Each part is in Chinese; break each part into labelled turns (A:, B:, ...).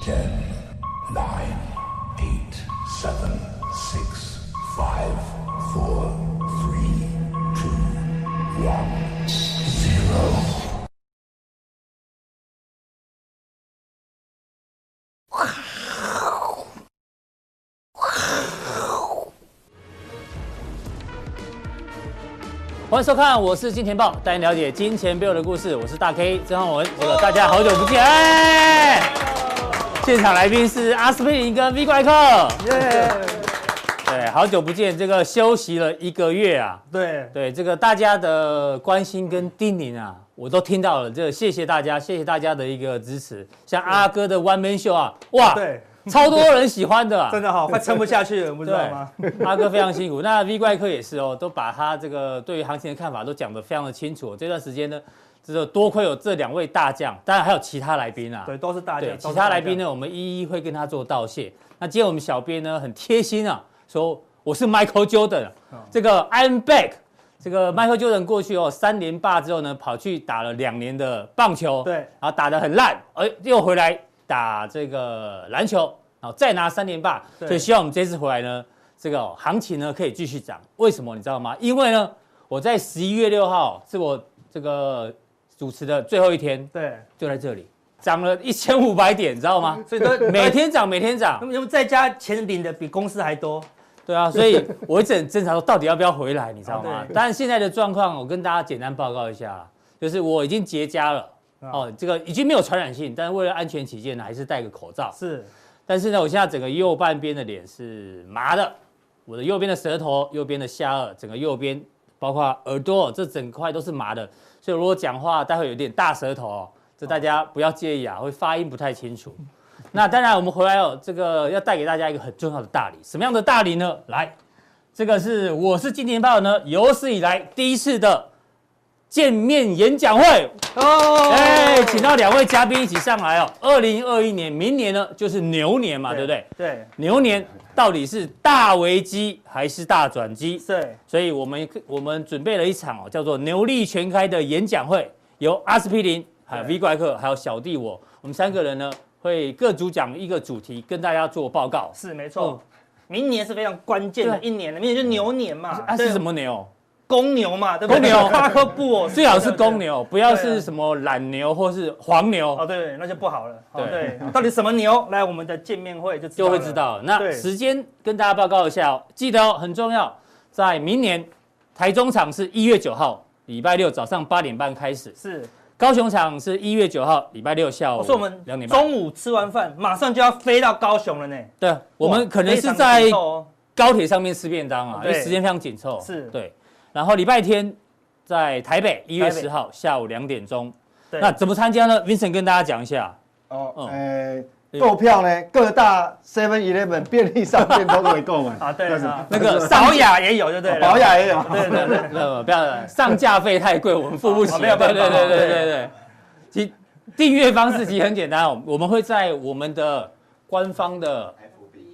A: Ten, nine, eight, seven, six, five, four, three, two, one, zero.
B: 欢迎收看，我是金钱豹，带您了解金钱背后的故事。我是大 K 曾焕文，这个大家好久不见。哎现场来宾是阿司匹林跟 V 怪客， 对，好久不见，这个休息了一个月啊，
C: 对
B: 对这个大家的关心跟叮咛啊，我都听到了，这个谢谢大家，谢谢大家的一个支持。像阿哥的 One Man Show 啊，哇，
C: 对，
B: 超多人喜欢的、啊，
C: 真的好，快撑不下去了，你不知道吗？
B: 对， 阿哥非常辛苦。那 V 怪客也是哦，都把他这个对于行情的看法都讲得非常的清楚。这段时间呢，这个多亏有这两位大将，当然还有其他来宾啊。
C: 对，都是大家。
B: 对，
C: 都
B: 其
C: 是
B: 他
C: 大
B: 来
C: 将
B: 宾？呢，我们一一会跟他做道谢。那今天我们小编呢很贴心啊，说我是 Michael Jordan，、这啊
C: 嗯
B: 个 I'm back。这个 Michael Jordan 过去哦三连霸之后呢，跑去打了两年的棒球，
C: 对
B: 然后打得很烂，而又回来打这个篮球，然后再拿三连霸，
C: 对
B: 所以希望我们这次回来呢，这个哦、行情呢可以继续涨。为什么你知道吗？因为呢，我在十一月六号是我这个主持的最后一天，
C: 对，
B: 就在这里，涨了一千五百点，你知道吗？
C: 所以都
B: 每，天涨，每天
C: 那
B: 涨，
C: 么在家钱领的比公司还多。
B: 对 啊，所以我一直很挣扎，说到底要不要回来，你知道吗
C: 啊？对
B: 当然现在的状况，我跟大家简单报告一下啦，就是我已经结痂了，
C: 啊
B: 哦，这个已经没有传染性，但是为了安全起见呢，还是戴个口罩。
C: 是，
B: 但是呢，我现在整个右半边的脸是麻的，我的右边的舌头、右边的下颚、整个右边，包括耳朵这整块都是麻的，所以如果讲话待会有点大舌头、哦，这大家不要介意啊，会发音不太清楚。那当然，我们回来哦，这个要带给大家一个很重要的大礼，什么样的大礼呢？来，这个是我是今年报呢有史以来第一次的见面演讲会，
C: 哦
B: 哎，请到两位嘉宾一起上来哦。二零二一年，明年呢就是牛年嘛，啊对不对？？
C: 对，
B: 牛年到底是大危机还是大转机？
C: 是，
B: 所以我们我们准备了一场哦，叫做牛力全开的演讲会，由阿司匹林、还有
C: 对
B: V 怪客、还有小弟我，我们三个人呢会各主讲一个主题，跟大家做报告。
C: 是没错。明年是非常关键的
B: 哦对
C: 一年了，明年就牛年嘛，
B: 啊，
C: 对
B: 是什么牛？
C: 公牛嘛，对不对？
B: 公 牛
C: 夸克布哦，
B: 最好是公
C: 对。
B: 牛，不要
C: 对
B: 是
C: 啊
B: 什么懒牛或是黄牛
C: 哦，。对，那就不好了。哦
B: 对
C: 对，到底什么牛？来我们的见面会就
B: 就会
C: 了
B: 知。道了。那
C: 对
B: 时间跟大家报告一下、哦，记得、哦、很重要，在明年台中场是一月九号礼拜六早上八点半开始，
C: 是，哦
B: 高雄场是一月九号礼拜六下午，
C: 我说我们
B: 两点半。
C: 中午吃完饭，马上就要飞到高雄了呢。
B: 对，我们可能是
C: 非常
B: 在
C: 紧凑哦
B: 高铁上面吃便当啊，因
C: 对
B: 为时间非常紧凑。
C: 是
B: 对。然后礼拜天在台北一月
C: 台
B: 十
C: 北
B: 号下午两点钟，
C: 对
B: 那怎么参加呢？Vincent 跟大家讲一下。
D: 哦
B: 嗯，
D: 诶、购票呢，各大 Seven Eleven 便利商店都可以购买
C: 啊，对啊，
B: 那 个
C: 保雅也有，就对
B: 哦
C: 了。
D: 保雅也有。
C: 对 对对，
B: 呃，不要上架费太贵，我们付不起。
C: 哦没有
B: 对
C: 办法
B: 对对对对
C: 对
B: 对对。其实订阅方式其实很简单哦，我们会在我们的官方的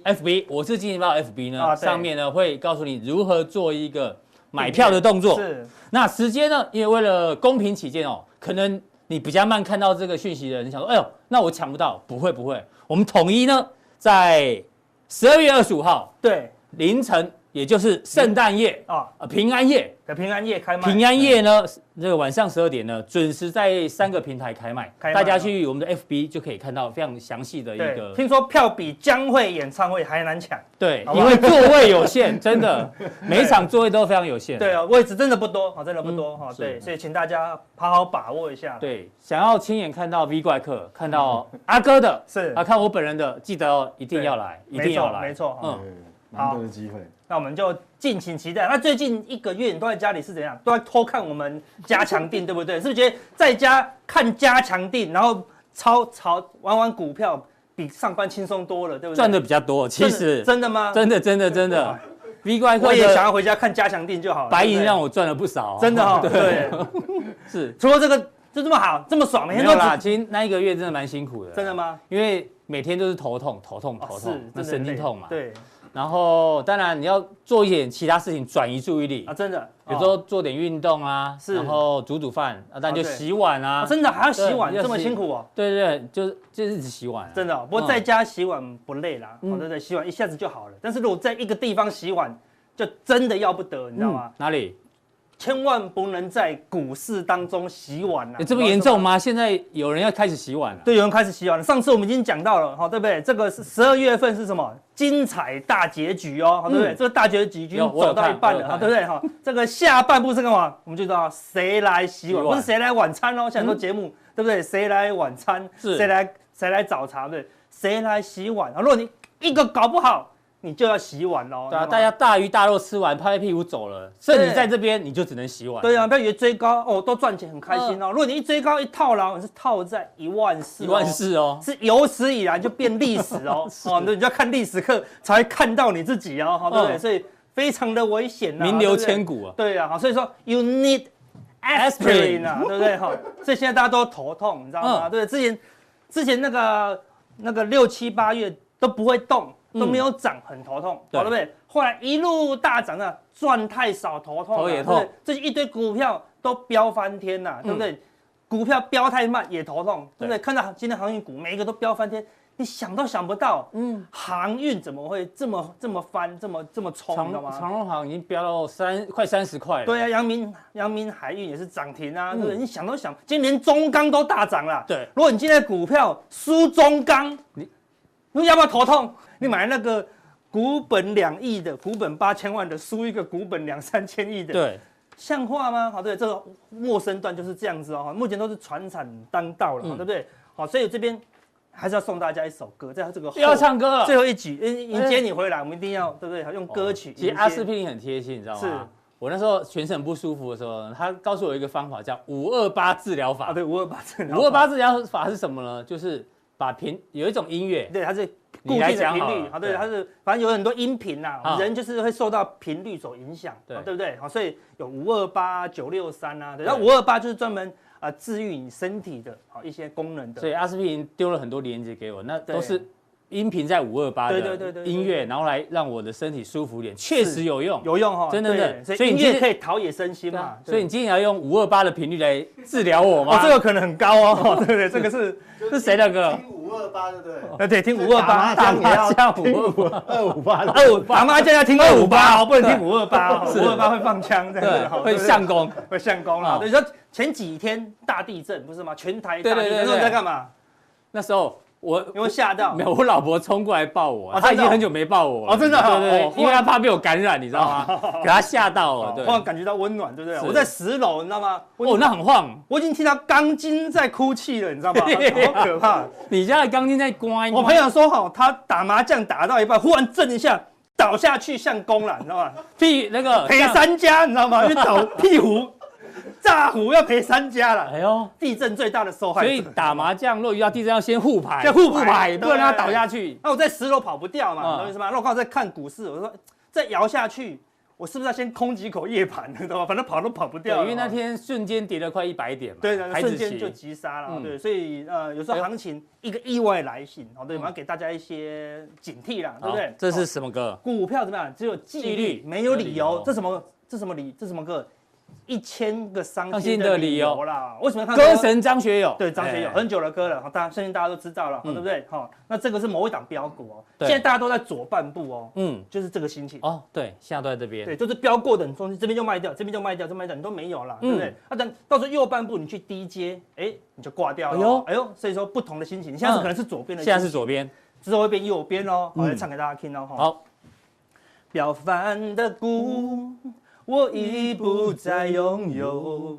B: FB，我是金钱豹 FB 呢、
C: 啊对
B: 上面呢会告诉你如何做一个买票的动作。
C: 是
B: 那时间呢，因为为了公平起见哦，可能你比较慢看到这个讯息的人，你想说，哎呦，那我抢不到，不会不会，我们统一呢在十二月二十五号
C: 对
B: 凌晨，也就是圣诞夜、
C: 啊，
B: 呃平安夜。
C: 平安夜开卖，
B: 平安夜呢，这个晚上十二点呢，准时在三个平台开卖，
C: 开卖
B: 大家去我们的 FB 就可以看到非常详细的一
C: 对，
B: 个
C: 听说票比将会演唱会还难抢。
B: 对，
C: 好吧
B: 因为座位有限， 真的每一场座位都非常有限。
C: 对啊，位置真的不多，啊，真的不多哈。
B: 嗯是
C: 对，所以请大家好好把握一下。，
B: 对想要亲眼看到 V 怪客，看到阿哥的，
C: 是
B: 啊，看我本人的，记得哦，一定要来，一
C: 没错
B: 定要来，
C: 没错哦
B: 嗯，
D: 对难得的机会，
C: 那我们就敬请期待。那最近一个月你都在家里是怎样？都在偷看我们加强定，对不对？是不是觉得在家看加强定，然后操操玩玩股票，比上班轻松多了，对不对？
B: 赚的比较多。其实
C: 真的吗？
B: 真的真的真的，V 怪
C: 我
B: 客
C: 也想
B: 的
C: 要回家看加强定就好了。
B: 白银让
C: 我
B: 我赚了不少哦，
C: 真的哈、哦，对，
B: 是
C: 除了这个就这么好，这么爽，每
B: 没
C: 天
B: 有
C: 都
B: 啦，
C: 只
B: 其实那一个月真的蛮辛苦的。
C: 真的吗？
B: 因为每天都是头痛、头痛、
C: 哦
B: 头
C: 是
B: 痛，那
C: 真的很
B: 神经
C: 累
B: 痛嘛。。
C: 对，
B: 然后当然你要做一点其他事情转移注意力
C: 啊，，真的，
B: 比如
C: 哦
B: 说做点运动啊，
C: 是
B: 然后煮煮饭啊，但就
C: 啊对
B: 洗碗
C: 啊
B: 啊，
C: 真的还要洗碗，
B: 对要
C: 这么
B: 洗
C: 辛苦哦，
B: 对对对，就是就是只洗碗啊，
C: 真的哦。不过在家洗碗不累啦，
B: 嗯
C: 哦对不对？洗碗一下子就好了。但是如果在一个地方洗碗，就真的要不得，你知道吗？
B: 哪里？
C: 千万不能在股市当中洗碗啊！
B: 有这么严重？吗？现在有人要开始洗碗了。
C: 对，有人开始洗碗了。上次我们已经讲到了，好，对不对？这个是十二月份是什么？精彩大结局哦，好，对不对？
B: 嗯
C: 这个大结局已经
B: 有我有
C: 走到一半
B: 看我有
C: 了，好，哦
B: 看
C: 对不对？哈，这个下半部是干嘛？我们就知道谁来洗碗，
B: 洗碗嗯
C: 不是谁来晚餐哦。现在很多节目，对不对？谁来晚餐？
B: 是
C: 谁来谁来早茶？对不对，谁来洗碗？啊，如果你一个搞不好，你就要洗碗喽。
B: 对啊，
C: 你知道吗
B: 大家大鱼大肉吃完，拍拍屁股走了，剩
C: 对
B: 你在这边，你就只能洗碗。
C: 对啊，不要以为追高哦，都赚钱很开心哦。如果你一追高一套牢，你是套在一万四、
B: 嗯一万。四哦，
C: 是有史以来就变历史 哦，哦，对，你就要看历史课才会看到你自己哦，好，对不对？
B: 嗯
C: 所以非常的危险呐，啊
B: 名留
C: 对不对
B: 千古啊。
C: 对啊，好，所以说 you need aspirin
B: Aspirin
C: 啊，对不对？哈，所以现在大家都头痛，你知道吗？
B: 嗯
C: 对，之前之前那个那个六七八月都不会动，都没有涨，很头痛，
B: 嗯对
C: 好对不对？后来一路大涨啊，赚太少头痛啊，
B: 头也
C: 对不对
B: 痛，嗯
C: 最近一堆股票都飙翻天呐，对不对？股票飙太慢也头痛，对不对？看到今天航运股每一个都飙翻天，你想都想不到，嗯，航运怎么会这么这么翻，这么这么冲，啊你
B: 长
C: 知道吗？
B: 长荣行已经飙到三快三十块了。
C: 对啊，阳明阳明海运也是涨停啊，对不对？你想都想，今天连中钢都大涨了。
B: 嗯对
C: 如果你今天的股票输中钢，你
B: 你
C: 你要不要头痛？你买那个股本两亿的、股本八千万的，输一个股本两三千亿的，，
B: 对，
C: 像话吗？好，对，这个陌生段就是这样子哦。目前都是船产当道了，
B: 嗯
C: 好对不对？好，所以这边还是要送大家一首歌，在这个后
B: 又要唱歌了。哎
C: 最后一局，迎迎接你回来，我们一定要对不对？用歌曲迎接。
B: 哦其实阿司匹林很贴心，你知道
C: 是
B: 吗？我那时候全身很不舒服的时候，他告诉我一个方法叫五二八治疗
C: 啊，
B: 法。
C: 对，五二八正。
B: 五二八治疗法是什么呢？就是把频有一种音乐，
C: 对，它是固
B: 你
C: 定的
B: 来
C: 频
B: 讲好
C: 率，
B: 了
C: 好对，
B: 对
C: 它是反正有很多音频呐，
B: 啊
C: 人就是会受到频率所影响，
B: 对
C: 好对不对？哦好，所以有五二八、九六三啊，对，
B: 对
C: 那五二八就是专门啊治愈你身体的好一些功能的，
B: 所以阿司匹林丢了很多链接给我，那
C: 对
B: 都是音频在五二八
C: 对对对
B: 的
C: 对对
B: 音乐，然后来让我的身体舒服一点，确实有用。
C: 有用哈，
B: 真的
C: 对
B: 真的
C: 所
B: 所
C: 以
B: 以
C: 音
B: 你今
C: 乐
B: 天
C: 可以陶冶身心
B: 对
C: 嘛
B: 啊，所
C: 对
B: 以你今天要用五二八的频率来治疗我
C: 哦
B: 吗？，
C: 这个可能很高哦， 对不对？这个是
B: 是谁的歌？
E: 听五二八，对不对？
C: 呃，对，听五二八，
D: 打麻将也要
B: 打麻将啊五二八。
D: 二五八 的，
C: 二五八，妈叫要听二五八哦，不能听五二八哦，五二八会放枪这样
B: 对
C: 子，好，
B: 会
C: 对不对
B: 相公。
C: 会相公
B: 啊
C: 了。对，你说前几天大地震不是吗？全台
B: 对
C: 大
B: 对
C: 地
B: 对
C: 震，那
B: 对
C: 你在干嘛？
B: 那时候我
C: 有没有吓到？
B: 没有，我老婆冲过来抱我，
C: 哦
B: 她已
C: 真的哦
B: 经很久没抱我了。
C: 哦真的哦
B: 对对
C: 哦
B: 对，因为她怕被我感染，你知道吗？给她吓到了，对。
C: 突然感觉到温暖，对不对？
B: 是
C: 我在十楼，你知道吗？我
B: 哦，那很晃。
C: 我已经听到钢筋在哭泣了，你知 道吗？好可怕！
B: 你家的钢筋在关，
C: 我朋友说好，他打麻将打到一半，忽然震一下，倒下去像公了，你知道 吗？
B: 屁那个
C: 赔
B: 像。
C: 三家，你知道吗？因为倒屁股，炸胡要赔三家
B: 哎
C: 了，
B: 呦，
C: 地震最大的受害
B: 所
C: 者。
B: 以打麻将若遇到地震要先护牌，
C: 要护牌对啊
B: 不能让它倒下去。
C: 那我在十楼跑不掉嘛，
B: 嗯
C: 你懂意思吗？那我刚好在看股市，我说再摇下去，我是不是要先空几口夜盘，你知道吗？反正跑都跑不
B: 对，
C: 掉了嘛。
B: 因为那天瞬间跌了快一百点嘛，
C: 啊对的，
B: 台
C: 瞬
B: 子
C: 间
B: 期
C: 就急杀了。
B: 嗯哎
C: 对，所以呃，有时候行情一个意外来袭，哦，对，我们要给大家一些警惕啦，对
B: 嗯好
C: 不对？
B: 这是
C: 哦
B: 什么歌？
C: 股票怎么样？只有纪
B: 纪
C: 律
B: 律，哦
C: 没有理
B: 没有理
C: 由
B: 由。
C: 这什么？这什么理？这什么个？一千个伤
B: 伤
C: 心
B: 心
C: 的
B: 的理
C: 理
B: 由
C: 由啦！为什么要看
B: 歌
C: 歌
B: 神张学友，
C: 对，张学友
B: 哎嗯
C: 很久的歌了，哦好，大家相信大家都知道了，好哦对不对？好，那这个是某一档标股哦，现
B: 对
C: 在大家都在左半部哦，
B: 嗯，
C: 就是这个心情。
B: 哦，对，现在都在这
C: 对，
B: 边，
C: 就是标过的，你中间这边就卖掉，这边就卖掉，这边卖掉，你都没有了，对不
B: 嗯
C: 对？啊，等到时候右半部你去低阶，哎，你就挂掉了。哎
B: 哎呦
C: 呦，哎呦，所以说不同的心情，你现在是
B: 嗯
C: 可能是左边的
B: 现
C: 心情，
B: 在是左边。
C: 之后会变右边哦。好，
B: 嗯
C: 来唱给大家听哦。哈，
B: 好，
C: 表凡的故，我已不再拥有，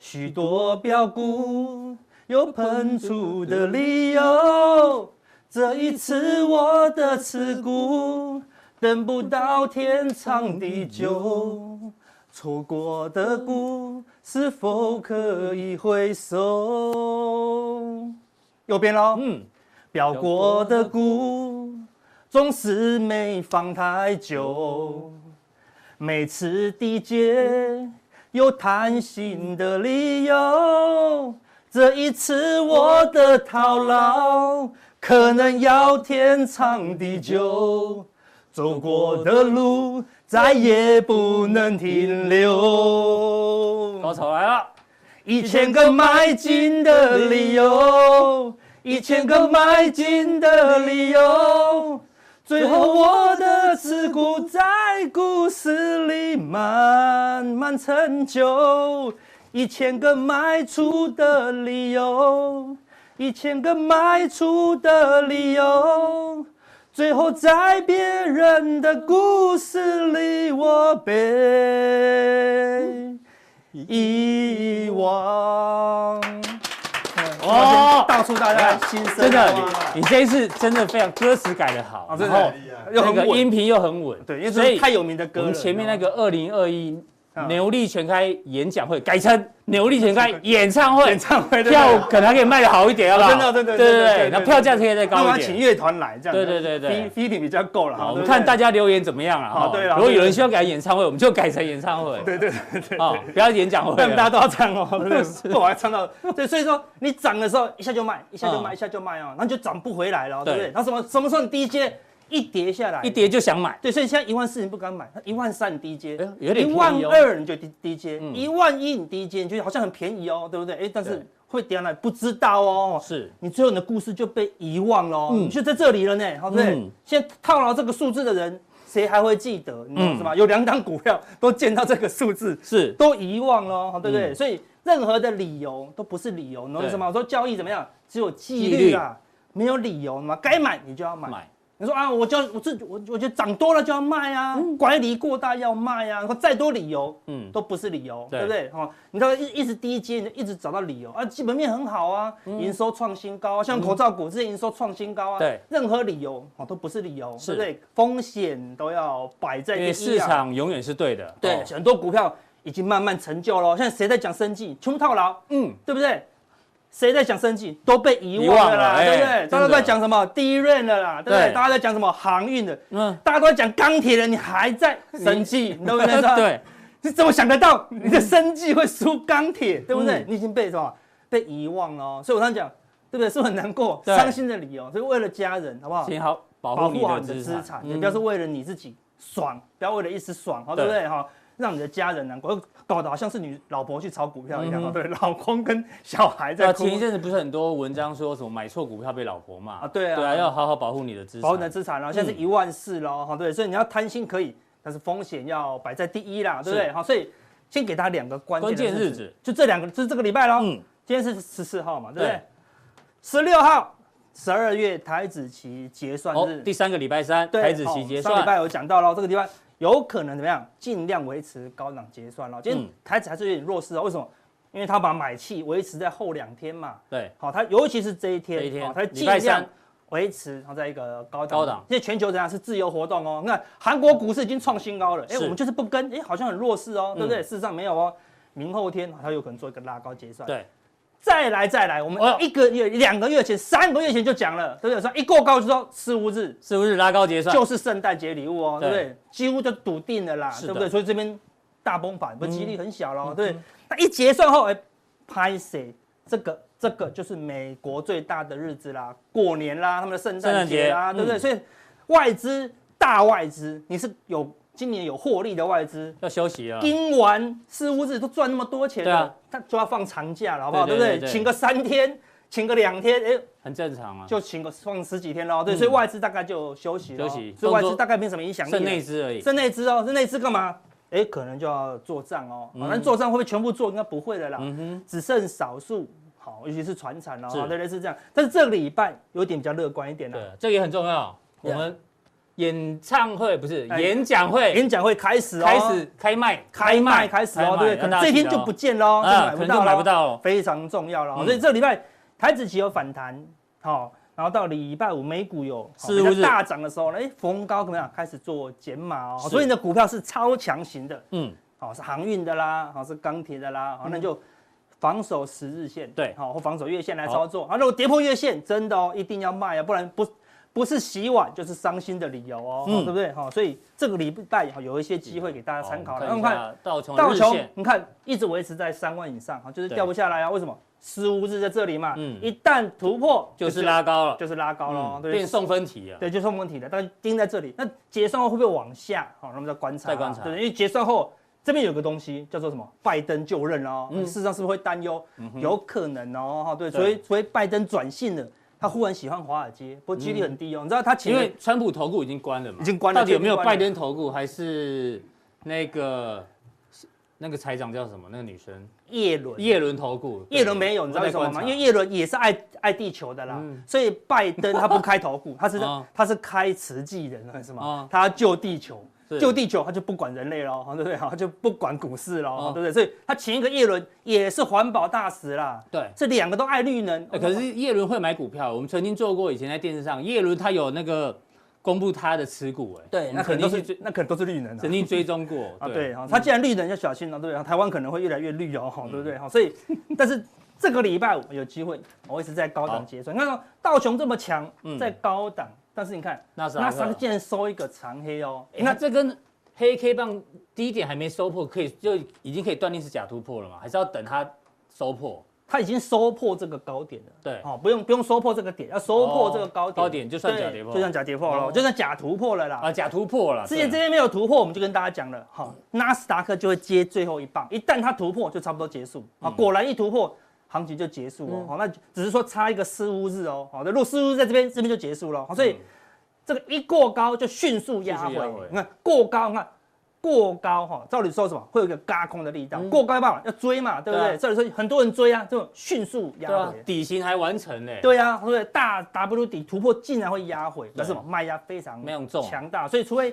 C: 许多标股有喷出的理由。这一次我的持股等不到天长地久，错过的股是否可以回首？右边喽，
B: 嗯，
C: 表过的股总是没放太久，每次低接有贪心的理由。这一次我的套牢，可能要天长地久。走过的路再也不能停留
B: 高。潮来了，
C: 一千个迈进的理由，一千个迈进的理由，最后我的刺骨在故事里慢慢陈旧。一千个迈出的理由，一千个迈出的理由，最后在别人的故事里我被。遗忘。
B: 哦
C: 哦，道出大家的心声，
B: 真的
C: 好不好，
B: 你你这一次真的非常歌词改得好，
C: 真
B: 然
C: 的
B: 后
C: 又
B: 那
C: 很
B: 个
C: 稳
B: 音频又很稳，
C: 对，因为
B: 所
C: 这
B: 以
C: 是太有名的歌
B: 我
C: 了。
B: 们前面那
C: 你知
B: 个二零二一
C: 啊
B: 牛力全开演讲会改成牛力全开演唱
C: 道吗
B: 会
C: 演，唱会
B: 票可能还可以卖的好一点，好不好？
C: 真哦的真的
B: 对
C: 真
B: 对
C: 的
B: 对，
C: 真的
B: 那票价可以再
C: 那我
B: 高
C: 要
B: 一
C: 请
B: 点。
C: 乐团来这样子，
B: 对对对对
C: f e e d i 比较够了。
B: 好，我
C: 对
B: 们
C: 不对
B: 看大，家留言怎么样了啊哈
C: 好哦对啦
B: 如果
C: 对
B: 有人希望改演唱会，我们就改成演唱会。
C: 对对对对，
B: 啊，不要演讲会
C: 但
B: 了。
C: 大家都要唱哦，对不对？我还唱到，对，所以说你涨的时候一下就卖，一下就
B: 嗯
C: 卖，一下就卖哦，然后就涨不回来了哦，对
B: 对
C: 不对？然后什么什么时候你低阶一跌下来，
B: 一跌就想买，
C: 对，所以现在一万四你不敢买，一万三你低接
B: 哎呦，有点
C: 一
B: 便宜哦
C: 万二你就低低接，
B: 嗯
C: 一万一你低接，你觉得好像很便宜哦，对不对？哎，但是
B: 对
C: 会跌来不知道哦，
B: 是
C: 你最后你的故事就被遗忘了哦，
B: 嗯
C: 你就在这里了呢，好对不对
B: 嗯？
C: 现在套牢这个数字的人，谁还会记得？你懂是吗？有两档股票都见到这个数字，
B: 嗯是
C: 都遗忘了哦，对不对？
B: 嗯
C: 所以任何的理由都不是理由，你懂
B: 对
C: 什么？我说交易怎么样，只有纪
B: 纪
C: 律
B: 律
C: 啊，没有理由嘛，该买你就要买。
B: 买，
C: 你说啊，我就要我自我我觉得涨多了就要卖啊，管理过大要卖啊，然后再多理由，
B: 嗯，
C: 都不是理由，
B: 对
C: 对不对？哈、你到一一直低阶，你就一直找到理由啊，基本面很好啊，营收创新高啊，像口罩股之前营收创新高
B: 嗯
C: 啊，
B: 对，
C: 任何理由哦都不是理由，
B: 是
C: 对不对？风险都要摆在
B: 因
C: 第
B: 为
C: 一、啊，
B: 市场永远是对的。
C: 对、
B: 哦
C: 很多股票已经慢慢成就了，现在谁在讲生计，全部套牢，
B: 嗯，
C: 对不对？谁在讲生计都被遗忘
B: 遗忘
C: 了
B: 了
C: 啦，
B: 哎
C: 对不
B: 真
C: 对？
B: 的
C: 大家都在讲什么第一任的啦，对不
B: 对
C: 对？大家在讲什么航运的，
B: 嗯，
C: 大家都在讲钢铁的，你还在生计，你懂不懂？
B: 对，
C: 你怎么想得到你的生计会输钢铁，对不对
B: 嗯？
C: 你已经被什么被遗忘了哦，所以我常讲，对不对？是不是很难过、
B: 对
C: 伤心的理由，所以为了家人，好不好？
B: 请好保
C: 啊保
B: 护
C: 护好
B: 你
C: 你的
B: 的
C: 资
B: 资产嗯
C: 产，，你不要是为了你自己爽，不要为了一时爽，好，对不
B: 对
C: 对？哈，让你的家人难过，搞得好像是你老婆去炒股票一样，
B: 嗯
C: 好对，老公跟小孩
B: 对啊，
C: 在哭
B: 前一阵子不是很多文章说什么买错股票被老婆骂
C: 啊对啊
B: 对啊，要好好保护你的资产，
C: 保本的资产，然后现在是
B: 嗯
C: 一万四喽，哈、对，所以你要贪心可以，但是风险要摆在第一啦，对不对？好，所以先给大家两个关键
B: 关
C: 的
B: 键日
C: 日
B: 子
C: 子，就这两个，就是这个礼拜喽。
B: 嗯
C: 今天是十四号嘛，对不
B: 对
C: 对？十六号，十二月台子期结算
B: 哦
C: 日，，
B: 第三个礼拜三，
C: 对
B: 台子期结
C: 哦上礼
B: 算，
C: 拜有讲到喽，这个地方有可能怎么样，尽量维持高档结算喽。今天
B: 嗯
C: 台子还是有点弱势哦，为什么？因为它把买气维持在后两天嘛，
B: 对，
C: 好，它尤其是这一天，
B: 这一天
C: 好它
B: 礼
C: 尽
B: 拜
C: 量
B: 三
C: 维持它在一个高档。
B: 高档
C: 现在全球怎样是自由活动哦？你看韩国股市已经创新高了，哎，
B: 是
C: 我们就是不跟，哎，好像很弱势哦，对不对？
B: 嗯
C: 事实上没有哦，明后天它有可能做一个拉高结算。
B: 对，
C: 再来再来，我
B: 哎呦
C: 们一个月、两个月前、三个月前就讲了，对不对？说一过高就说十五日
B: 是不是拉高结算？
C: 就是圣诞节礼物哦，
B: 对
C: 对不对？几乎就笃定了啦，
B: 是的嗯
C: 对不对？所以这边大崩盘，不几率很小咯，对不对。那一结算后，哎，拍谁？这个这个就是美国最大的日子啦，过年啦，他们的圣
B: 圣诞
C: 诞节
B: 节
C: 啦，对不对？
B: 嗯
C: 所以外资大外资，你是有今年有获利的外资，
B: 要休息了，
C: 盯完四五日都赚那么多钱
B: 嗯对啊
C: 了，他就要放长假了，好不好？
B: 对
C: 对
B: 对对
C: 不对？
B: 对
C: 请个三天，请个两天，哎，
B: 很正常啊，
C: 就请个放十几天喽。对，
B: 嗯
C: 所以外资大概就休息了。
B: 休息
C: 所以外
B: 动
C: 资
B: 作
C: 大概没什么影响力了。
B: 剩内资而已，
C: 剩内资哦，剩内资干嘛？哎，可能就要做账哦。反正做账会不会全部做？应该不会的啦，
B: 嗯哼，
C: 只剩少数。好，尤其是船产哦，
B: 是
C: 好对类似这样。但是这个礼拜有点比较乐观一点啦。
B: 对，这个也很重要，我
C: Yeah
B: 们演唱会不是
C: 哎
B: 演讲会
C: 演讲会开始哦，
B: 开始开卖，
C: 开卖开始哦，对不对？可能这一天就不见喽，就
B: 啊，
C: 买
B: 可
C: 不
B: 能
C: 到
B: 就买
C: 喽
B: 不。到了，
C: 非常重要了、
B: 嗯
C: 所以这个礼拜台子期有反弹，好、然后到礼拜五美股有好
B: 是不是
C: 比较大涨的时候呢，哎，逢高怎么样开始做减码哦，
B: 是
C: 所以你的股票是超强型的，
B: 嗯，
C: 好、是航运的啦，好、是钢铁的啦，好、那你就。防守十日线，
B: 对
C: 好、或防守月线来操作啊！如果跌破月线，真的哦，一定要卖啊，不然不不是洗碗就是伤心的理由哦，
B: 嗯
C: 对不对？哈，所以这个礼拜哈有一些机会给大家参考。
B: 好我
C: 那
B: 们哦
C: 你
B: 看一
C: 看
B: 下道琼
C: 道
B: 的日
C: 琼
B: 线，，
C: 你看一直维持在三万以上哈，就是
B: 对
C: 掉不下来啊。为什么？十五日在这里嘛，
B: 嗯
C: 一旦突破
B: 就是拉高了，
C: 就是拉高了，
B: 嗯
C: 哦对不对
B: 变送分题了。
C: 对，就送问题了，但盯在这里。那结算后会不会往下？好，那么再观察啊，
B: 再观察
C: 对，因为结算后这边有个东西叫做什么？拜登就任了哦，事实上是不是会担忧？有可能哦，哈，对，
B: 嗯对
C: 除非除非拜登转性了，他忽然喜欢华尔街，不过几率很低哦。你知道他前
B: 因为
C: 面
B: 川普投顾已经关了嘛，
C: 已经关了
B: 到底有没有
C: 已经关
B: 拜
C: 了
B: 登投顾，还是那个那个财长叫什么？那个女生
C: 耶伦，
B: 叶伦投顾，
C: 耶呃伦没有，你知道为什么吗？因为耶伦也是爱爱地球的啦，
B: 嗯
C: 所以拜登他不开头股，他是
B: 啊
C: 他是开慈济人还是什
B: 啊
C: 么？他要救地球
B: 是，
C: 救地球他就不管人类喽， 对不对？他就不管股市
B: 啊
C: 喽，对不对？所以他前一个耶伦也是环保大使啦，
B: 对
C: 这两个都爱绿能
B: 哎，可是叶伦会买股票，我们曾经做过，以前在电视上，叶伦他有那个公布他的持股，哎，
C: 对，
B: 我
C: 那
B: 们
C: 可
B: 曾
C: 能都
B: 经去
C: 是
B: 追，
C: 那可能都是绿能啊
B: 曾经追踪过
C: 啊，对
B: 嗯
C: 哈，他既然绿能要小心了，对啊，台湾可能会越来越绿哦，哈，对不对哈？所以，但是这个礼拜五有机会，我一直在高
B: 好
C: 档结算。你看到哦道琼这么强
B: 嗯，
C: 在高档，但是你看
B: 纳斯达
C: 纳
B: 克
C: 斯达克竟然收一个长黑哦，
B: 哎那
C: 那
B: 这根黑 K 棒低点还没收破，可以就已经可以断定是假突破了嘛？还是要等它收破？
C: 它已经收破这个高点了。
B: 对，哦
C: 哦，不用不用收破这个点，要收破这个高点，
B: 高点就算假跌破
C: 对就算假跌破
B: 哦
C: 了，就算假突破了啦。
B: 啊，假突破了。
C: 之前这
B: 对
C: 边没有突破，我们就跟大家讲了，哈，纳斯达克就会接最后一棒，一旦它突破就差不多结束
B: 嗯
C: 啊。果然一突破，行情就结束哦。好，那只是说差一个四五日哦。好的，如果四五日在这边，这边就结束了。好所以这个一过高就迅速
B: 嗯
C: 压
B: 迅
C: 回
B: 速压回，
C: 你看过高，你看。过高哈，照理说什么会有一个嘎空的力道，过高嘛要追嘛，对
B: 嗯
C: 不
B: 对啊
C: 对？照理说很多人追啊，这种迅速
B: 对
C: 压
B: 啊
C: 回，，
B: 底型还完成嘞。
C: 对啊，所以大 W 底突破竟然会压回，那是什么？卖压非常
B: 非常重啊
C: 强大，所以除非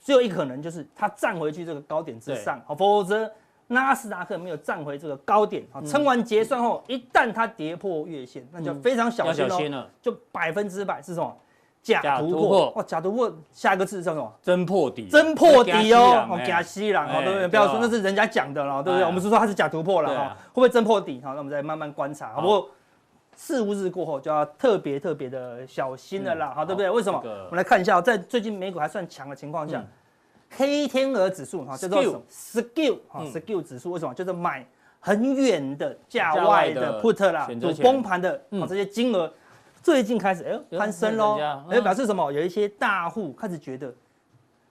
C: 只有一可能，就是它站回去这个高点之上，好，否则纳斯达克没有站回这个高点，
B: 嗯
C: 好，撑完结算后，一旦它跌破月线，那就非常小
B: 要
C: 心
B: 小心
C: 哦，
B: 了，
C: 就百分之百是什么？假
B: 假
C: 突
B: 突
C: 破
B: 破
C: 哦，假突破，下一个字叫什么？
B: 真破底，
C: 真破底哦，哦，假
B: 假
C: 西郎哦
B: 哎，
C: 对不
B: 对
C: 对？不要
B: 哦
C: 说那是人家讲的了，对不
B: 哎
C: 对？
B: 呀
C: 我们是说它是假突破了
B: 对啊
C: 哈，会不会真破底？好，那我们再慢慢观
B: 好
C: 察。好不过四五日过后就要特别特别的小心了啦
B: 嗯，
C: 好，对不对？
B: 好
C: 为什么？
B: 这个
C: 我们来看一下哦，在最近美股还算强的情况下
B: 嗯，
C: 黑天鹅指数哈叫做什么 skill 哈
B: 嗯
C: skill 指数为什么？就是买很远的价
B: 价外
C: 外
B: 的
C: 的 put 啦
B: 选，择
C: 主
B: 权
C: 崩盘的
B: 嗯
C: 哦这些金额。最近开始哎呦攀升
B: 人
C: 喽
B: 家，
C: 哎
B: 嗯
C: 表示什么？有一些大户开始觉得，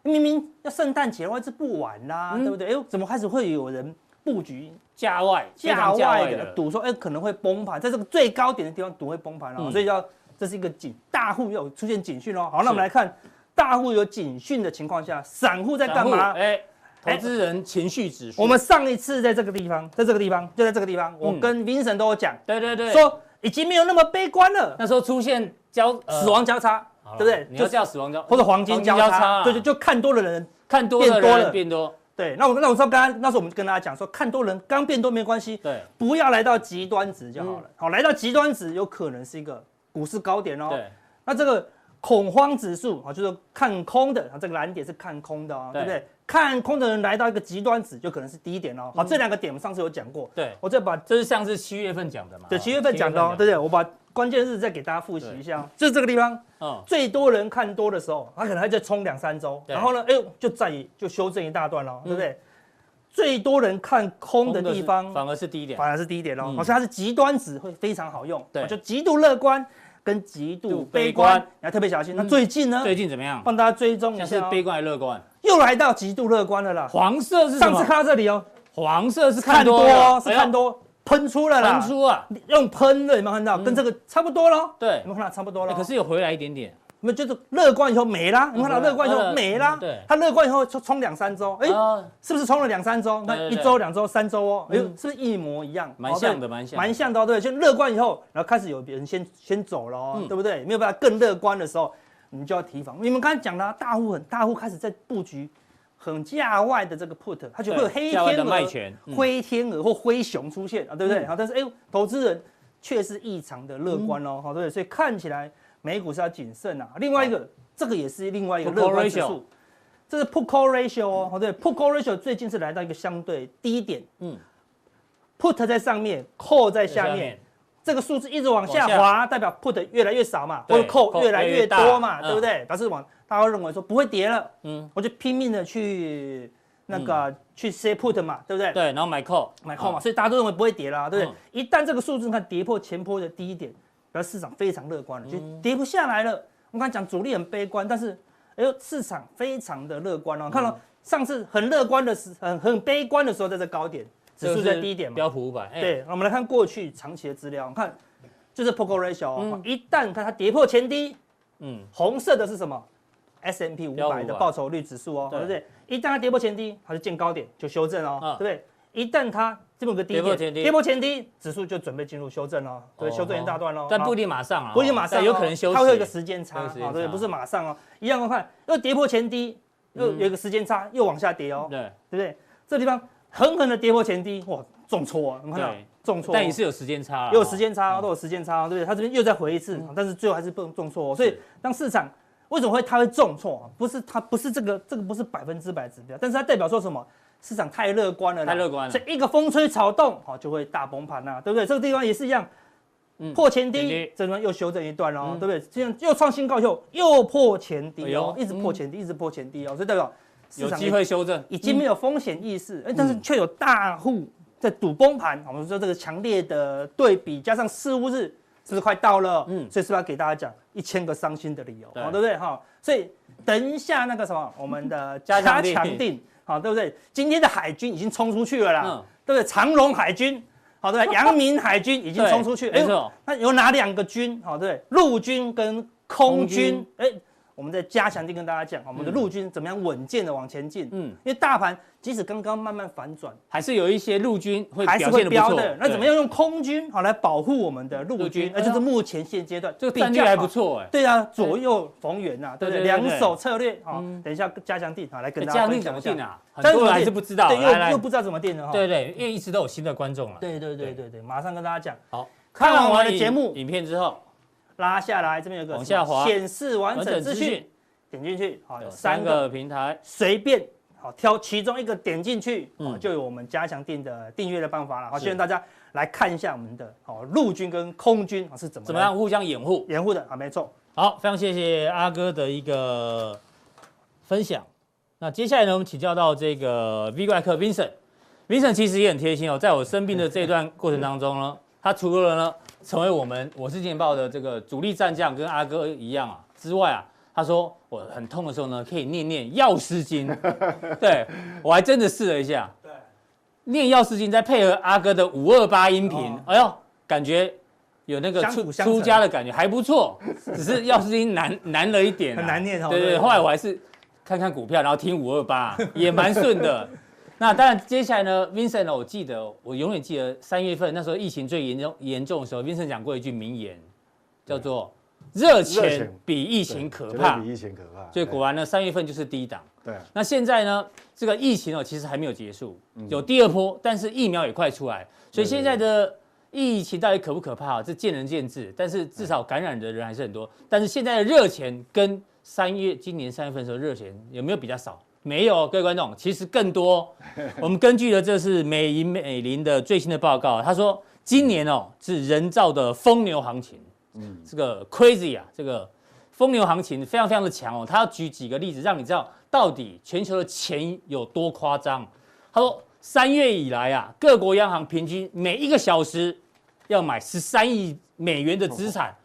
C: 哎明明要圣诞节的话，这不晚啦，
B: 嗯
C: 对不对？哎，怎么开始会有人布局
B: 价外非
C: 价
B: 常价
C: 外
B: 外
C: 的
B: 的，
C: 赌说，哎，可能会崩盘，在这个最高点的地方赌会崩盘了、
B: 嗯
C: 所以要这是一个警，大户有出现警讯喽。好，那我
B: 是
C: 们来看大户有警讯的情况下，散户在干
B: 散
C: 嘛
B: 户？哎，投
C: 哎
B: 资人情绪指数，
C: 我们上一次在这个地方，在这个地方，就在这个地方，我
B: 嗯
C: 跟 Vincent 都有讲，
B: 对对对，
C: 说已经没有那么悲观了，
B: 那时候出现交呃
C: 死亡交叉，
B: 好了
C: 对不对？
B: 你
C: 就
B: 要叫死亡交
C: 或者黄金交叉，
B: 对
C: 对
B: 对
C: 对，
B: 就
C: 就看多的人。
B: 看多的
C: 变多
B: 人
C: 了
B: 变多，
C: 对，那我那我说刚刚那时候我们就跟大家讲说，看多人刚变多没关系，
B: 对，
C: 不要来到极端值就好了。好，来到极端值有可能是一个股市高点哦。
B: 对，
C: 那这个恐慌指数啊，就是看空的，啊，这个蓝点是看空的哦，
B: 对
C: 对不对？看空的人来到一个极端值，就可能是低点哦。好，这两个点我们上次有讲过，
B: 对
C: 我再把
B: 这是上次七月份讲的嘛，
C: 对
B: 哦
C: 七月份讲的哦，对
B: 七
C: 不对？我把关键日再给大家复习一下哦，就是这个地方。
B: 嗯，
C: 最多人看多的时候，他可能还在冲两三周，
B: 对嗯
C: 然后呢，哎呦，就再也就修正一大段了，对不对？最多人看空的地
B: 是
C: 方
B: 反而是低点，
C: 反而是低点喽，
B: 嗯
C: 好像它是极端值会非常好用，哦
B: 对
C: 就极度乐观跟极
B: 度
C: 度
B: 悲
C: 悲
B: 观
C: 观，你要特别小心。那
B: 嗯
C: 最近呢，
B: 最近怎么样？
C: 帮大家追踪一
B: 像是
C: 下哦，
B: 悲观还是乐观？
C: 又来到极度乐观了啦。
B: 黄色是什
C: 上次
B: 么
C: 看到这里哦，
B: 黄色是
C: 看
B: 看
C: 多
B: 多了
C: 哦，是看多喷出了
B: 哎呦
C: 啦，
B: 喷出啊，
C: 用喷的有没有看到？跟这个差不多喽，
B: 对
C: 有没有看到差不多
B: 哎
C: 喽？
B: 可是有回来一点点，
C: 我们就是乐观以后没啦，你看到
B: 哦对啊
C: 乐观以后没啦
B: 嗯对，
C: 他乐观以后冲冲两三周，哎，
B: 啊
C: 是不是冲了两三周？
B: 对
C: 那
B: 对
C: 一
B: 对
C: 周、两周、三周哦，哎
B: 嗯，
C: 呦是不是一模一样？
B: 蛮
C: 哦
B: 像的
C: 对
B: 蛮像的
C: 蛮像的哦，对，就乐观以后，然后开始有别人先先走了哦
B: 嗯，
C: 对不对？没有办法更乐观的时候，你就要提防。你们刚才讲了，大户很大户开始在布局。很价外的这个 put，它就会有
B: 对
C: 黑
B: 价外的
C: 天鹅、
B: 卖权嗯
C: 灰天鹅或灰熊出现啊，对不对？
B: 嗯
C: 好，但是哎呦，投资人却是异常的乐观
B: 嗯
C: 哦，好，对，所以看起来美股是要谨慎啊。另外一个，这个也是另外一个
B: Put
C: 乐观指
B: ratio
C: 数，这是 put call ratio 哦，对，put call ratio 最近是来到一个相对低点，
B: 嗯
C: 嗯，put 在上面，call 在
B: 在
C: 下
B: 下
C: 面
B: 面，
C: 这个数字一直往下
B: 往下
C: 滑，代表 put 越来越少嘛，或
B: 对
C: 者 call
B: call
C: 越来
B: 越
C: 越
B: 大
C: 多
B: 嗯
C: 嘛，对不对？表示往大家会认为说不会跌了，
B: 嗯，
C: 我就拼命的去那个去 say put 嘛，对不对？
B: 对，然后买啊 call，
C: 买 call 嘛，所以大家都认为不会跌啦，对不对
B: 嗯？
C: 一旦这个数字你看跌破前波的低点，表示市场非常乐观了，就跌不下来了。我刚才讲主力很悲观，但是哎呦，市场非常的乐观哦。看到上次很乐观的时，很很悲观的时候，在这高点，指数在低点嘛。
B: 标普五百，哎，
C: 对，我们来看过去长期的资料，看就是 p o c o ratio，、哦一旦看它跌破前低，
B: 嗯，
C: 红色的是什么？S M P 五
B: 标普
C: 百
B: 500
C: 的报酬率指数哦，
B: 对
C: 对不对？一旦它跌破前低，它就见高点就修正哦
B: 嗯，
C: 对不对？一旦它这么个低
B: 跌破
C: 点
B: 前低
C: 跌破前低，指数就准备进入修正哦，对，
B: 哦
C: 修正一大段喽。
B: 但不一
C: 定
B: 定马上啊，
C: 不一定马上
B: 但
C: 哦，
B: 有可能休息，
C: 它会有一个时间差
B: 有
C: 啊
B: 时间，差
C: 对，不是马上哦，一样的看，又跌破前低，又有一个时间差，又往下跌哦，
B: 嗯对，
C: 对不对？这地方狠狠的跌破前低，哇，重挫啊，你看到
B: 对
C: 重挫哦，
B: 但也是有时间差啦，
C: 也有时间差、
B: 哦
C: 都有时间差、对不对？它这边又再回一次，
B: 嗯
C: 但是最后还是重重挫、哦，所以当市场为什么会它会重挫、啊不是它不是这个这个不是百分之百指标，但是它代表说什么？市场太乐观了啦，
B: 太乐观了
C: 所以一个风吹草动，好、就会大崩盘啦、对不对？这个地方也是一样，破前
B: 嗯前
C: 低
B: 低，
C: 这地方又修正一段喽、
B: 嗯
C: 对不对？这样又创新高以后又破前低哦，
B: 哎呦
C: 一直破前低，一直破前低哦，所以代表市
B: 有
C: 场
B: 机会修正，嗯
C: 已经没有风险意识，哎但是却有大户在赌崩盘。我们说这个强烈的对比，加上四五日是不是快到了？
B: 嗯
C: 嗯，所以是不是要给大家讲一千个伤心的理由，哦
B: 对
C: 好，对不对？哈，所以等一下那个什么，我们的
B: 加
C: 加
B: 强
C: 强
B: 定
C: 定，好，对不对？今天的海军已经冲出去了啦，
B: 嗯
C: 对不对？长隆海军。好，对不对，阳明海军已经
B: 对
C: 冲出去，
B: 没
C: 哎呦
B: 错
C: 那有哪两个军？好，对不对，陆军跟空
B: 空军
C: 军，哎，我们在加强地跟大家讲，我们的陆军怎么样稳健的往前进。
B: 嗯
C: 嗯，因为大盘即使刚刚慢慢反转，
B: 还是有一些陆军会
C: 还是
B: 表
C: 会
B: 现的不
C: 飙
B: 错
C: 的。，那怎么
B: 对？
C: 样用空军哦好来保护我们的陆
B: 陆军哎
C: 军？那就是目前现阶段
B: 这个
C: 比较
B: 战略还
C: 好
B: 不。错哎，
C: 对啊，左右逢源啊呐，对不
B: 对对
C: 对？
B: 对
C: 两
B: 对嗯哎
C: 手策略好，等一下加强地哦好来跟大
B: 加
C: 家
B: 强
C: 分
B: 定怎
C: 享
B: 么
C: 一下
B: 定。啊？很多人还是不知道，
C: 对，
B: 来
C: 又
B: 来
C: 又，不知道怎么定的哈。
B: 对对，因为一直都有新的观众了。
C: 对对对对对，马上跟大家讲。
B: 好，
C: 看完我的节目
B: 影片之后，
C: 拉下来，这边有个
B: 往
C: 什么
B: 下滑
C: 显示完
B: 完
C: 整
B: 整
C: 资
B: 资
C: 讯，
B: 讯
C: 点进去，好，有
B: 有
C: 三
B: 三
C: 个
B: 个平台，
C: 随便好挑其中一个点进去，
B: 嗯
C: 哦，就有我们加强订的订阅的办法了。好，
B: 是
C: 希望大家来看一下我们的哦陆军跟空军哦是怎么
B: 怎么样互相掩护？
C: 掩护的啊？没错，
B: 好，非常谢谢阿哥的一个分享。那接下来呢，我们请教到这个 V 怪客 Vincent。Vincent 其实也很贴心哦，在我生病 的这段过程当中呢，他除了呢成为我们《我是健报》的这个主力战将，跟阿哥一样啊之外啊，他说我很痛的时候呢，可以念念药师 经。对我还真的试了一下，对，念药师经再配合阿哥的五二八音频，
C: 哦
B: 哎呦，感觉有那个
C: 相
B: 出
C: 辅相成
B: 出家的感觉，还不错。只是药师经难难了一点、啊，
C: 很难念哦
B: 对对，
C: 对
B: 后来我还是看看股票，然后听五二 八，也蛮顺的。那当然，接下来呢，Vincent 呢，我记得我永远记得三月份那时候疫情最严重严重的时候，Vincent 讲过一句名言，叫做“热
D: 热
B: 钱
D: 钱
B: 比疫
D: 疫
B: 情可怕
D: 比”。疫情可怕。
B: 所以果然呢，三月份就是低档。
D: 对啊对
B: 那现在呢，这个疫情哦，其实还没有结束，有第二波，但是疫苗也快出来，所以现在的疫情到底可不可怕、啊，这见仁见智。但是至少感染的人还是很多。但是现在的热钱跟三月今年三月份的时候热钱有没有比较少？没有，哦各位观众，其实更多哦。我们根据了这是美银美林的最新的报告，啊他说今年哦是人造的疯牛行情，嗯，这个 crazy 啊，这个疯牛行情非常非常的强哦。他要举几个例子，让你知道到底全球的钱有多夸张。他说，三月以来啊，各国央行平均每一个小时要买十三亿美元的资产，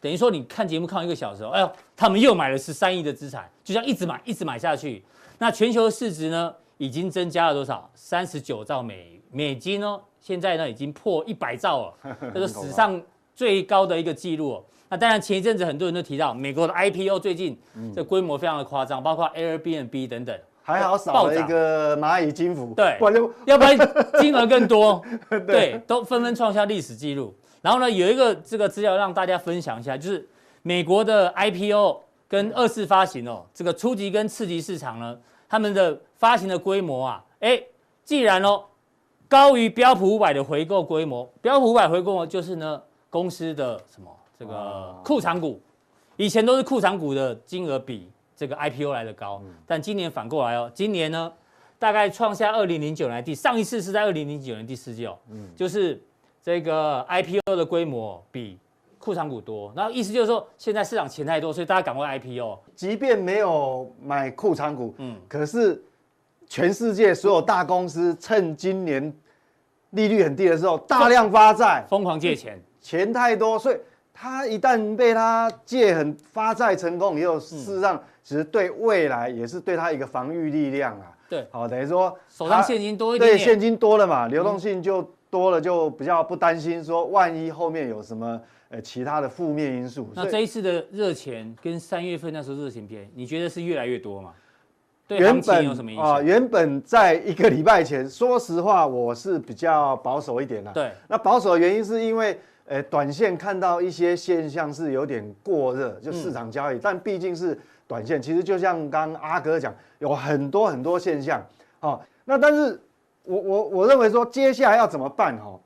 B: 等于说你看节目看完一个小时哦，哎呦，他们又买了十三亿的资产，就这样一直买，一直买下去。那全球市值呢，已经增加了多少？三十九兆美美金哦，现在呢已经破一百兆了，这是史上最高的一个记录、哦。那当然，前一阵子很多人都提到美国的 IPO 最近这规模非常的夸张，包括 Airbnb 等等。
D: 还好少
B: 暴
D: 了
B: 涨
D: 一个蚂蚁金服，
B: 对
D: 不然就
B: 要不然金额更 多，对，都纷纷创下历史记录。然后呢，有一个这个资料让大家分享一下，就是美国的 IPO 跟二次发行哦，这个初级跟次级市场呢，他们的发行的规模啊，哎，既然哦高于标普五百的回购规模，标普五百回购呢就是呢公司的什么这个
D: 哦
B: 库藏股，以前都是库藏股的金额比这个 IPO 来的高，但今年反过来哦，今年
D: 嗯
B: 呢大概创下二零零九年的第上一次是在二零零九年第四季哦，就是这个 IPO 的规模比库藏股多，那意思就是说现在市场钱太多，所以大家赶快 IPO。
D: 即便没有买库藏股，嗯，可是全世界所有大公司趁今年利率很低的时候大量发债，
B: 疯狂借钱，
D: 钱太多，所以他一旦被他借很发债成功以后，事实
B: 嗯
D: 上其实对未来也是对他一个防御力量啊。
B: 对
D: 好，等于说
B: 手上
D: 他
B: 现金多一点
D: 对，
B: 点
D: 现金多了嘛，流动性就多了，就比较不担心说万一后面有什么呃其他的负面因素。
B: 那
D: 所以
B: 这一次的热钱跟三月份那时候热钱比，你觉得是越来越多吗？对行
D: 原
B: 情
D: 本
B: 有什么影
D: 啊
B: 响？
D: 原本在一个礼拜前，说实话我是比较保守一点啦、
B: 对，
D: 那保守的原因是因为，呃，短线看到一些现象是有点过热，就市场交易，但毕竟是短线，其实就像刚刚阿哥讲，有很多很多现象。哦，那但是我我我认为说接下来要怎么办哦？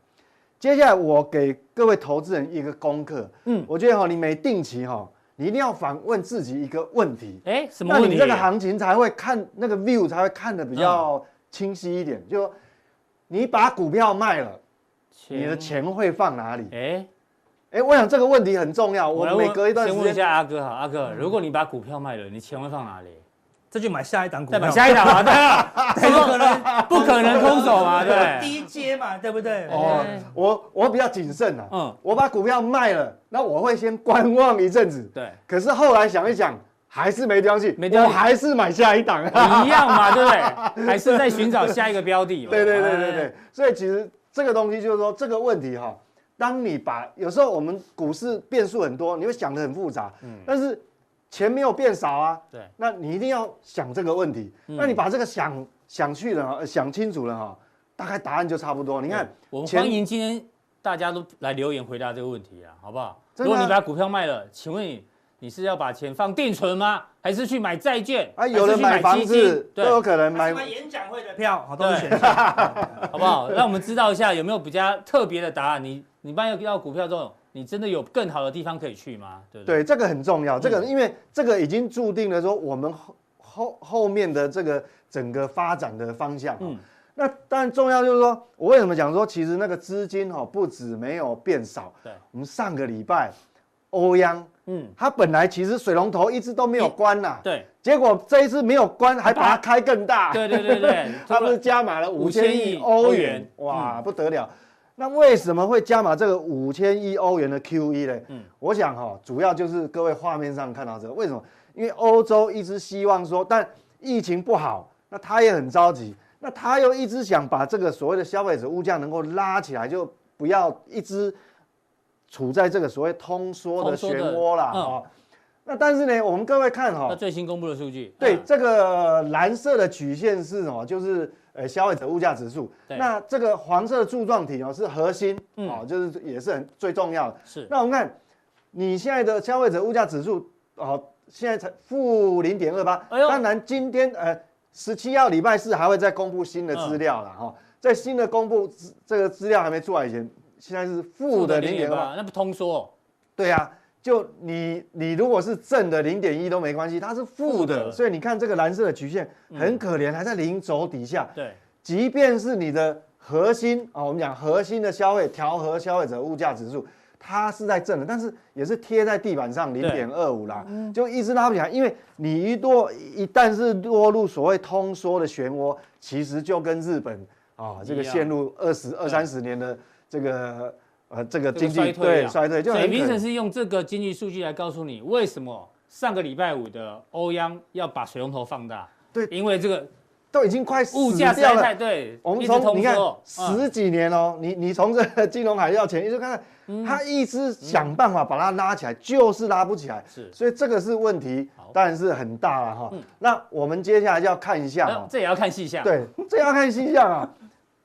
D: 接下来我给各位投资人一个功课，嗯，我觉得哈、哦，你每定期哈、哦，你一定要反问自己一个问题，
B: 哎，什么
D: 那
B: 问
D: 你
B: 题？
D: 这个行情才会看那个 view 才会看得比
B: 嗯
D: 较清晰一点，就说你把股票卖了，你的钱会放哪里？
B: 哎，
D: 哎，我想这个问题很重要，我
B: 来
D: 每
B: 问
D: 隔一段时
B: 先问一
D: 间嗯
B: 下阿哥哈，阿哥，如果你把股票卖了，你钱会放哪 里？
C: 这就买下一档股
B: 再
C: 票，
B: 买下一档嘛，对啊，怎么可能？不可能空手嘛，对不对？
C: 低阶嘛，对不对？
D: 哦
C: 哦，，
D: 我我比较谨慎啊，
B: 嗯
D: 嗯，我把股票卖了，那我会先观望一阵子，
B: 对，
D: 可是后来想一想，还是没掉去，
B: 没掉
D: 我
B: 去
D: 还是买下一 档啊，
B: 一样嘛，对不对？还是在寻找下一个标的嘛。
D: 对对对对
B: 哎
D: 对，所以其实这个东西就是说这个问题哈、当你把有时候我们股市变数很多，你会想得很复杂，但是钱没有变少啊，
B: 嗯对嗯
D: 那你一定要想这个问题，那你把这个想想去了哈、呃想清楚了哈、大概答案就差不多。你看，
B: 哎我们
D: 前
B: 欢迎今天大家都来留言回答这个问题啊，好不好？
D: 真
B: 如
D: 的啊
B: 果你把股票卖了，请问你你是要把钱放定存吗？还是去买债券？
D: 啊，有
B: 还
D: 人
B: 是
D: 买
B: 去
D: 房
B: 基金
D: 子都
B: 对，
D: 有可能
C: 买
D: 买，
C: 演讲会的票，好，都
B: 对
C: 是选项。
B: 好不好？让我们知道一下有没有比较特别的答案。你你卖到股票这种，你真的有更好的地方可以去吗？对不对？
D: 对，这个很重要，这个因为这个已经注定了说我们后后后面的这个整个发展的方向、嗯
B: 嗯，
D: 那当然重要就是说，我为什么讲说，其实那个资金哈、哦、不止没有变少，
B: 对
D: 我们上个礼拜欧央，
B: 嗯
D: 嗯，它本来其实水龙头一直都没有关呐、
B: 对
D: 结果这一次没有关，还把它开更大，
B: 对对对 对
D: 它不是加码了五千亿
B: 欧
D: 欧
B: 元
D: 元，嗯哇，不得了。那为什么会加码这个五千亿欧元的 QE 呢？嗯，我想哈、主要就是各位画面上看到这个，为什么？因为欧洲一直希望说，但疫情不好，那他也很着急，那他又一直想把这个所谓的消费者物价能够拉起来，就不要一直处在这个所谓通缩
B: 通
D: 的
B: 缩
D: 漩
B: 的
D: 涡啦。
B: 嗯
D: 哦，那但是呢，我们各位看哈、
B: 那最新公布的数据，
D: 对，
B: 嗯
D: 这个蓝色的曲线是什么？就是呃消费者物价指数。
B: 对嗯
D: 那这个黄色的柱状体哦是核心，哦就是也是很最重要的。
B: 是
D: 那我们看你现在的消费者物价指数哦，现在才负零点二八。
B: 哎呦
D: 当然今天呃十七号礼拜四还会再公布新的资料
B: 嗯
D: 了哈、哦。在新的公布资这个资料还没出来以前，现在是负的零点二八。
B: 0.28，那不通缩，
D: 对啊，就你你如果是正的零点一都没关系，它是负
B: 负的嗯
D: 的，所以你看这个蓝色的曲线很可怜，还在零轴底下。
B: 对，
D: 即便是你的核心啊、我们讲核心的消费调和消费者物价指数，它是在正的，但是也是贴在地板上零点二五啦，就一直拉不起来，因为你一落一旦是落入所谓通缩的漩涡，其实就跟日本啊、这个
B: 一样
D: 陷入二十二三十年的这个呃这个
B: 这个
D: 经济
B: 衰退
D: 对
B: 啊
D: 衰退，就
B: 所
D: 很
B: 以
D: 可
B: 明
D: 怜
B: 显是用这个经济数据来告诉你为什么上个礼拜五的欧央要把水龙头放大，
D: 对
B: 因为这个
D: 都已经快死
B: 物价实
D: 掉
B: 在太
D: 了。
B: 对，
D: 我
B: 一
D: 们
B: 直
D: 从
B: 通
D: 你看
B: 缩，嗯
D: 十几年哦，你你从这个金融海啸前一直看
B: 嗯
D: 看，他一直想办法把它拉起来，就是拉不起来，
B: 是
D: 所以这个是问题
B: 好，嗯
D: 当然是很大了哈。那我们接下来就要看一下
B: 那
D: 哦，
B: 呃这也要看细项，
D: 对，这要看细项啊，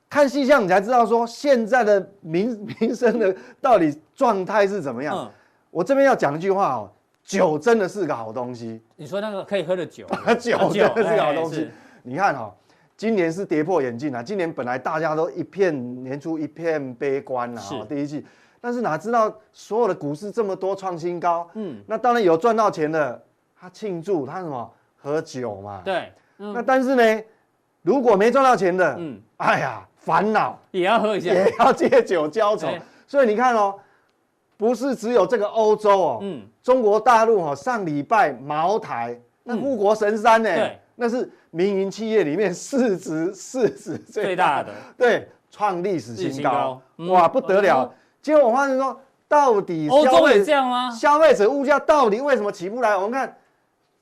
D: 看细项你才知道说现在的民 民生的到底状态是怎么样
B: 嗯。，
D: 我这边要讲一句话哦，酒真的是个好东西。，
B: 你说那个可以喝的酒
D: 酒 真的是好东西
B: 哎。
D: 你看哈、哦今年是跌破眼镜啊！今年本来大家都一片年初一片悲观啊，
B: 是
D: 哦第一季，但是哪知道所有的股市这么多创新高，嗯，那当然有赚到钱的，他庆祝，他什么喝酒嘛，
B: 对，
D: 那但是呢，如果没赚到钱的，
B: 嗯
D: 嗯，哎呀，烦恼，
B: 也要喝一下，
D: 也要借酒浇愁
B: 哎。
D: 所以你看哦，不是只有这个欧洲哦，
B: 嗯，
D: 中国大陆哦，上礼拜茅台那护国神山呢、
B: 嗯对
D: 那是民营企业里面市值市值
B: 最
D: 最
B: 大的
D: 对，创历史
B: 历史
D: 新
B: 新
D: 高
B: 高，嗯
D: 哇，不得了！
B: 哦
D: 结果我发现说，到底
B: 欧
D: 消
B: 洲
D: 费
B: 也这样啊吗？
D: 消费者物价到底为什么起不来？我们看，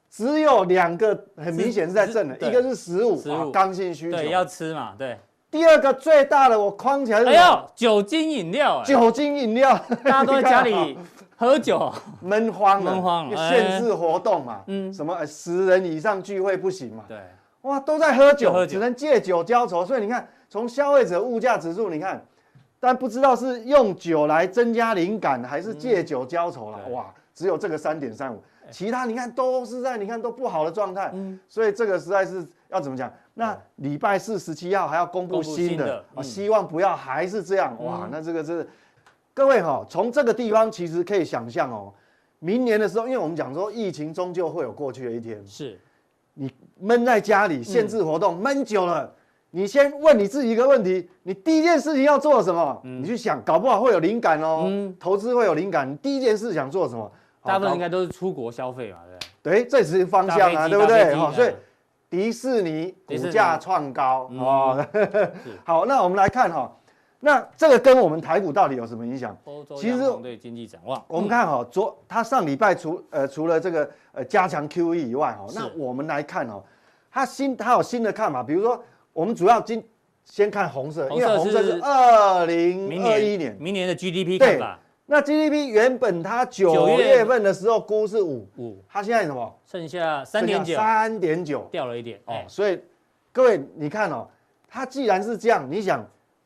D: 只有两个很明显是在正的，
B: 是
D: 一个是食物，
B: 食物
D: 啊，刚性需求
B: 对，；要吃嘛，对。
D: 第二个最大的我框起来是
B: 哎
D: 什么
B: 呦，酒精饮料，哎，
D: 酒精饮料，
B: 大家都在 家里喝酒，
D: 闷慌了，
B: 闷慌了哎
D: 因为限制活动嘛，
B: 嗯
D: 什么呃十人以上聚会不行嘛，
B: 对，
D: 哇，都在喝酒，
B: 就喝酒
D: 只能借酒浇愁。所以你看，从消费者物价指数，你看，但不知道是用酒来增加灵感，还是借酒浇愁了、
B: 对
D: 哇，只有这个三点三五，其他你看都是在你看都不好的状态。
B: 嗯，
D: 所以这个实在是要怎么讲？那礼拜四十七号还要公布
B: 公布
D: 新
B: 新
D: 的
B: 的
D: 啊、
B: 嗯
D: 希望不要还是这样、哇！那这个是各位哈、从这个地方其实可以想象哦，明年的时候，因为我们讲说疫情终究会有过去的一天，
B: 是
D: 你闷在家
B: 嗯
D: 里限制活动，闷久了，你先问你自己一个问题：你第一件事情要做什么？你去想，搞不好会有灵感哦。
B: 嗯
D: 投资会有灵感，你第一件事想做什么？好
B: 哦大部分应
D: 搞
B: 该都是出国消费嘛，对不对。
D: 对，这只是方
B: 搭
D: 向
B: 飞
D: 啊，
B: 机
D: 对不
B: 搭飞
D: 对？
B: 机
D: 好，所以
B: 嗯
D: 迪士尼股
B: 迪士尼嗯
D: 价创高哦。
B: 是
D: 好，那我们来看哈，那这个跟我们台股到底有什么影响？
B: 欧洲
D: 其实
B: 央行对经济展望，
D: 我们看哈、昨它上礼拜除呃除了这个呃加强 QE 以外哈、
B: 是
D: 那我们来看哦，它新它有新的看法，比如说我们主要今先看红色，
B: 红
D: 因
B: 色
D: 为红色
B: 是
D: 是二
B: 明
D: 零嗯二
B: 年
D: 一年。
B: 明年的 GDP
D: 对
B: 看法，
D: 那 GDP 原本它九
B: 九月
D: 月份的时候估是五，
B: 五
D: 它现在什么？
B: 剩下三点九，
D: 三点九
B: 掉了一点，
D: 哦
B: 哎，，
D: 所以各位你看哦，它既然是这样，你想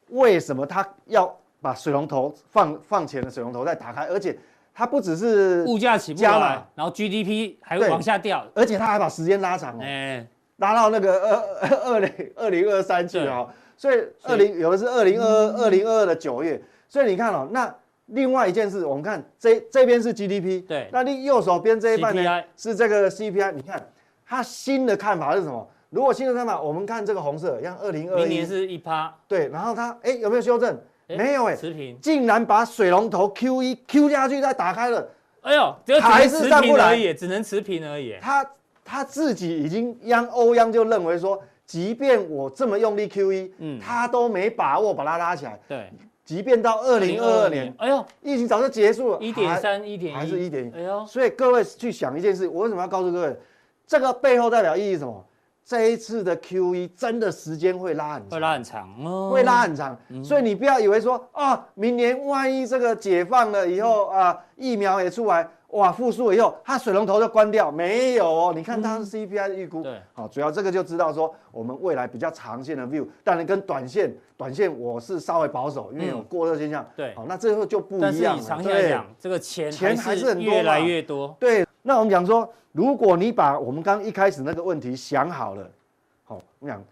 D: 为什么它要把水龙头放放钱的水龙头再打开，而且它不只是
B: 物价起不
D: 加
B: 来
D: 码，
B: 然后 GDP 还
D: 对哦
B: 往下掉，
D: 而且他还把时间拉长哦，
B: 哎，
D: 拉到那个二 二二零二零二三去哦，所以
B: 所以
D: 二
B: 嗯
D: 零有的是二零二二二零二二的九月，所以你看哦，那另外一件事，我们看这这边是 GDP，
B: 对
D: 那另右手边这一半呢
B: CPI
D: 是这个 CPI，你看他新的看法是什么？如果新的看法，我们看这个红色，像二零二
B: 明年
D: 一，
B: 是一趴，
D: 对，然后它哎有没有修正？
B: 哎
D: 没有哎，
B: 持平，
D: 竟然把水龙头 Q 一 Q 下去再打开了。
B: 哎呦，只有只
D: 还
B: 能
D: 是
B: 持
D: 上不
B: 平
D: 来
B: 而已，只能持平而已，
D: 他他自己已经央欧央就认为说，即便我这么用力 QE，
B: 嗯
D: 他都没把握把它拉起来。
B: 对，
D: 即便到二零二二年，
B: 哎呦，
D: 疫情早就结束了，
B: 一点
D: 还，
B: 三，一点一，
D: 还是1.1
B: 哎呦，
D: 所以各位去想一件事，我为什么要告诉各位，这个背后代表意义是什么？这一次的 QE 真的时间会拉很
B: 会
D: 长，
B: 拉很长哦，
D: 会拉很长，所以你不要以为说啊，明年万一这个解放了以后啊，疫苗也出来，哇，复苏以后，它水龙头就关掉，没有哦。你看它是 CPI 的预估，
B: 嗯对
D: 好，主要这个就知道说我们未来比较长线的 view，当然跟短线，短线我是稍微保守，因为有过热现象，
B: 嗯对
D: 好，那最后就不
B: 但
D: 一
B: 是
D: 样
B: 以
D: 了，
B: 长线来讲，这个钱
D: 钱还是很多嘛
B: 越来越多，
D: 对，对，那我们讲说，如果你把我们刚一开始那个问题想好了，好，我们讲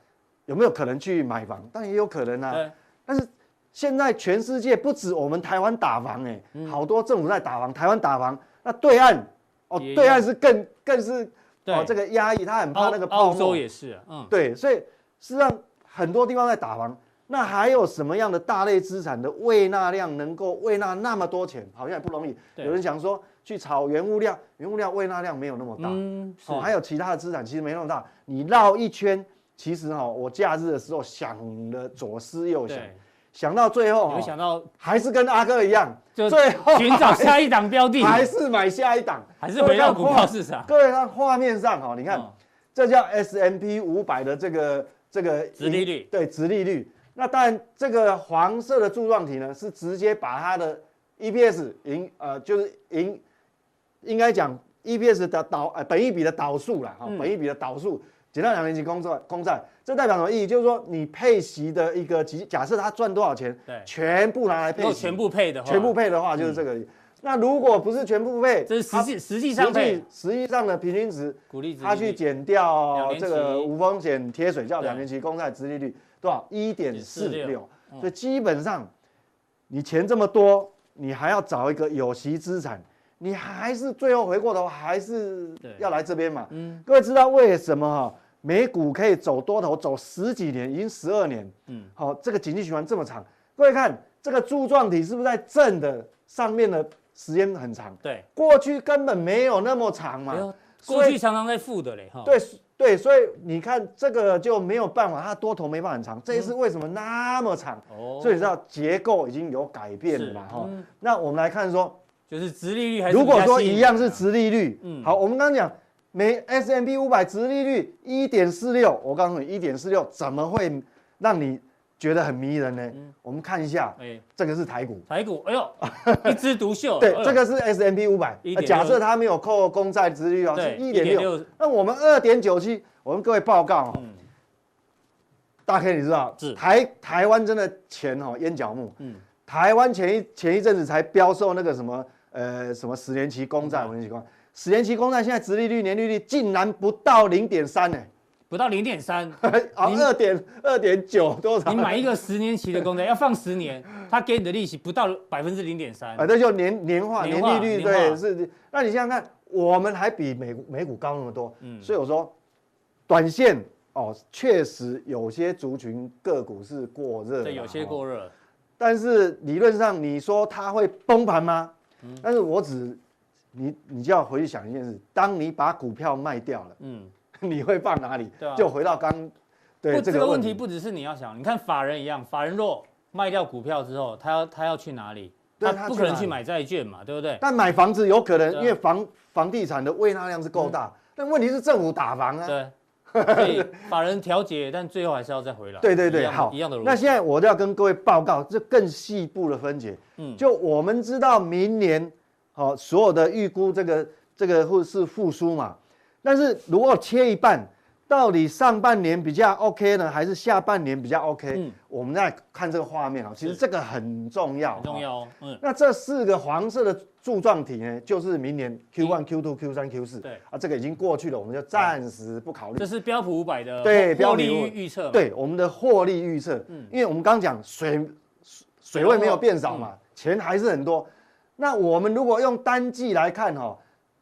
D: 有没有可能去买房？当然也有可能啊，
B: 对，
D: 但是现在全世界不止我们台湾打房哎、
B: 嗯
D: 好多政府在打房，台湾打房，那对岸哦
B: 也，一样
D: 对岸是更更是哦
B: 对
D: 这个压抑，他很怕
B: 澳
D: 那个泡
B: 澳
D: 沫
B: 洲也是啊，嗯，
D: 对，所以事实上很多地方在打房。那还有什么样的大类资产的喂纳量能够喂纳那么多钱？好像也不容易。
B: 对
D: 有人讲说去炒原物料，原物料喂纳量没有那么大。
B: 嗯，是
D: 哦，还有其他的资产其实没那么大。你绕一圈，其实哈、哦，我假日的时候想了左思右想，
B: 对，
D: 想到最后、
B: 你
D: 哦
B: 会，想到
D: 还是跟阿哥一样，
B: 就
D: 最后
B: 寻找下一档标的，
D: 还是买下一档，
B: 还是回到股票市
D: 各
B: 场。
D: 位看画各位看画面上哈、你看、
B: 嗯
D: 这叫 S M P 五百的这个这个
B: 殖利率
D: 对，殖利率。那当然，这个黄色的柱状体呢，是直接把它的 E P S 盈呃，就是盈，应该讲 E P S 的导呃本益比的导数啦，哈、哦
B: 嗯
D: 本益比的导数。减到两年期公债，公债这代表什么意义？就是说你配息的一个集，假设他赚多少钱，
B: 对
D: 全部拿来
B: 如
D: 配
B: 果
D: 息，
B: 全部配的话，嗯
D: 全部配的话就是这个。那如果不是全部配，
B: 这是实际实际
D: 它
B: 上
D: 实
B: 配
D: 际实际上的平均值，
B: 股利值，
D: 它去减
B: 两
D: 掉
B: 年期
D: 这个无风险贴水，叫
B: 对
D: 两年期公债殖利率多少？嗯一点四六嗯
B: 1.46。
D: 所以基本上，你钱这么多，你还要找一个有息资产，你还是最后回过头还是
B: 对
D: 要来这边嘛。
B: 嗯
D: 各位知道为什么哈、美股可以走多头走十几年，已经十二年，嗯，好、这个景气循环这么长，各位看这个柱状体是不是在正的上面的时间很长？
B: 对，
D: 过去根本没有那么长
B: 哎呦
D: 嘛，
B: 过
D: 所
B: 去
D: 以
B: 常常在负的嘞哈。
D: 对对，所以你看这个就没有办法，它多头没办法很长，这一次为什么那么长？
B: 嗯哦，
D: 所以你知道结构已经有改变了嘛
B: 是
D: 哈、那我们来看说，
B: 就是殖利率还是
D: 如果
B: 比较
D: 说
B: 吸引
D: 一样
B: 人
D: 是
B: 啊
D: 直利率，
B: 嗯
D: 好，我们刚刚讲美 S M P 五百直利率一点四六，我告诉你一点四六怎么会让你觉得很迷人呢？
B: 嗯
D: 我们看一下，
B: 哎，
D: 这个是台股，
B: 台股，哎 呦，一枝独秀。
D: 对
B: 哎，呦
D: 这个是 S M P 五百呃
B: 1.6，
D: 假设它没有扣公债殖利率哦，
B: 对
D: 是一点六
B: 1.6，
D: 那我们二点九七，我们各位报告哦，
B: 嗯
D: 大 K 你知道
B: 是
D: 台台湾真的钱哦淹脚目，
B: 嗯，
D: 台湾前一前一阵子才标售那个什么呃什么十年期公债、五年期公债，十年期公债现在殖利率年利率竟然不到零点三呢，
B: 不到零点 三，
D: 啊
B: 你
D: 二点二点九多少？
B: 你买一个十年期的公债，要放十年，它给你的利息不到百分之零点三
D: 啊，，这就年年化
B: 年
D: 年
B: 化
D: 利率
B: 年化
D: 对是，那你想想看，我们还比美股美股高那么多，
B: 嗯
D: 所以我说，短线哦确实有些族群个股是过热啦，
B: 对，有些
D: 哦
B: 过热。
D: 但是理论上你说它会崩盘吗？
B: 嗯
D: 但是我只你你就要回去想一件事：当你把股票卖掉了，
B: 嗯，
D: 你会放哪里？
B: 对啊
D: 就回到刚对
B: 不，这个问
D: 题
B: 题不只是你要想，你看法人一样，法人若卖掉股票之后，他要他要去哪里？
D: 对
B: 他
D: 他
B: 不
D: 去
B: 可能
D: 哪
B: 去
D: 里
B: 买债券嘛，对不对？
D: 但买房子有可能，
B: 对啊嗯
D: 因为房房地产的胃纳量是够大，但问题是政府打房啊。
B: 对，所 以法人调节，但最后还是要再回来。
D: 对对
B: 一
D: 对，
B: 样的
D: 好，
B: 一样的逻辑。
D: 那现在我都要跟各位报告这更细部的分解。
B: 嗯
D: 嗯，就我们知道明年，好、所有的预估这个这个会是复苏嘛，但是如果切一半，到底上半年比较 OK 呢，还是下半年比较 OK？、
B: 嗯
D: 我们再看这个画面啊、其实这个很重要，
B: 很重
D: 哦
B: 要哦。嗯，
D: 那这四个黄色的柱状体呢，就是明年 Q1、Q2、Q3、Q4。
B: 对
D: 啊，这个已经过去了，我们就暂时不考虑
B: 这。是标普五百的
D: 对
B: 获
D: 标
B: 获
D: 普
B: 利
D: 500
B: 预预测嘛。嗯
D: 对我们的获利预测，因为我们刚讲水水水位没有变少嘛，
B: 嗯
D: 嗯钱还是很多。那我们如果用单季来看哈、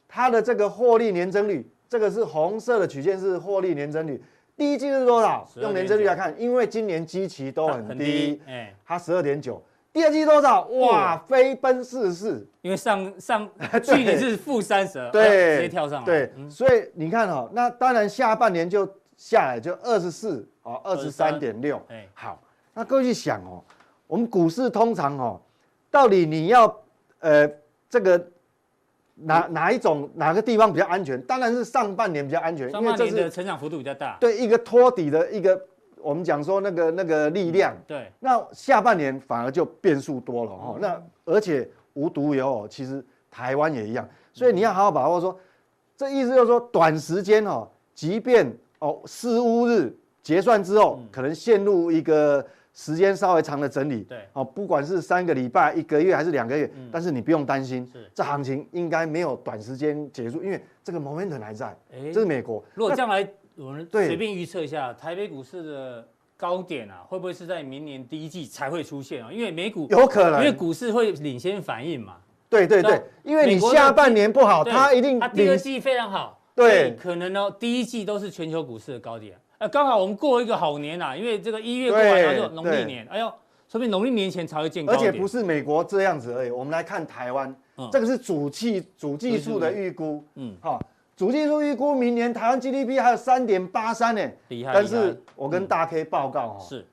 D: 它的这个获利年增率，这个是红色的曲线是获利年增率，第一季是多少？
B: 12.9
D: 用年增率来看，因为今年基期都很低，
B: 哎，
D: 它十二点九。第二季多少？哇，
B: 哦
D: 飞奔四四，
B: 因为上 上去年是负三十，呃
D: 对，
B: 直接跳上来。嗯
D: 对，所以你看哈、那当然下半年就下来就二十四，哦，二十三点六
B: 哎。
D: 好，那各位去想哦，我们股市通常哦，到底你要呃这个哪哪一种哪个地方比较安全？当然是上半年比较安全，
B: 上
D: 因为
B: 半
D: 这
B: 年的
D: 是
B: 成长幅度比较大。
D: 对一个托底的一个我们讲说那个那个力量。
B: 对，
D: 那下半年反而就变数多了哈、
B: 嗯
D: 那而且无独有偶，其实台湾也一样，所以你要好好把握说，这意思就是说，短时间哦，即便哦四五日结算之
B: 嗯
D: 后，可能陷入一个时间稍微长的整理，
B: 对嗯
D: 哦，不管是三个礼拜、一个月还是两个月，但是你不用担心
B: 是，
D: 这行情应该没有短时间结束，因为这个 momentum 还在，
B: 哎
D: 这是美国。
B: 如果
D: 那
B: 将来我们
D: 对
B: 随便预测一下，台北股市的高点啊，会不会是在明年第一季才会出现啊？因为美股
D: 有可能
B: 因为股市会领先反应嘛。
D: 对对
B: 那
D: 对，因为
B: 美
D: 你
B: 国的
D: 下半
B: 第
D: 年不好，
B: 对
D: 哦它一定
B: 它第二
D: 领
B: 季非常好，
D: 对
B: 所以可能呢第一季都是全球股市的高点。呃，刚好我们过一个好年啊，因为这个一月过完，
D: 对
B: 然后就农历
D: 对
B: 年，哎呦，说明农历年前才会见高
D: 而
B: 点。
D: 且不是美国这样子而已，我们来看台湾，
B: 嗯
D: 这个是主技主技术的预估，
B: 嗯
D: 嗯，好、主技术预估明年台湾 GDP 还有三点八三呢，
B: 厉害
D: 但
B: 厉害嗯
D: 是我跟大 K 报告哦，
B: 是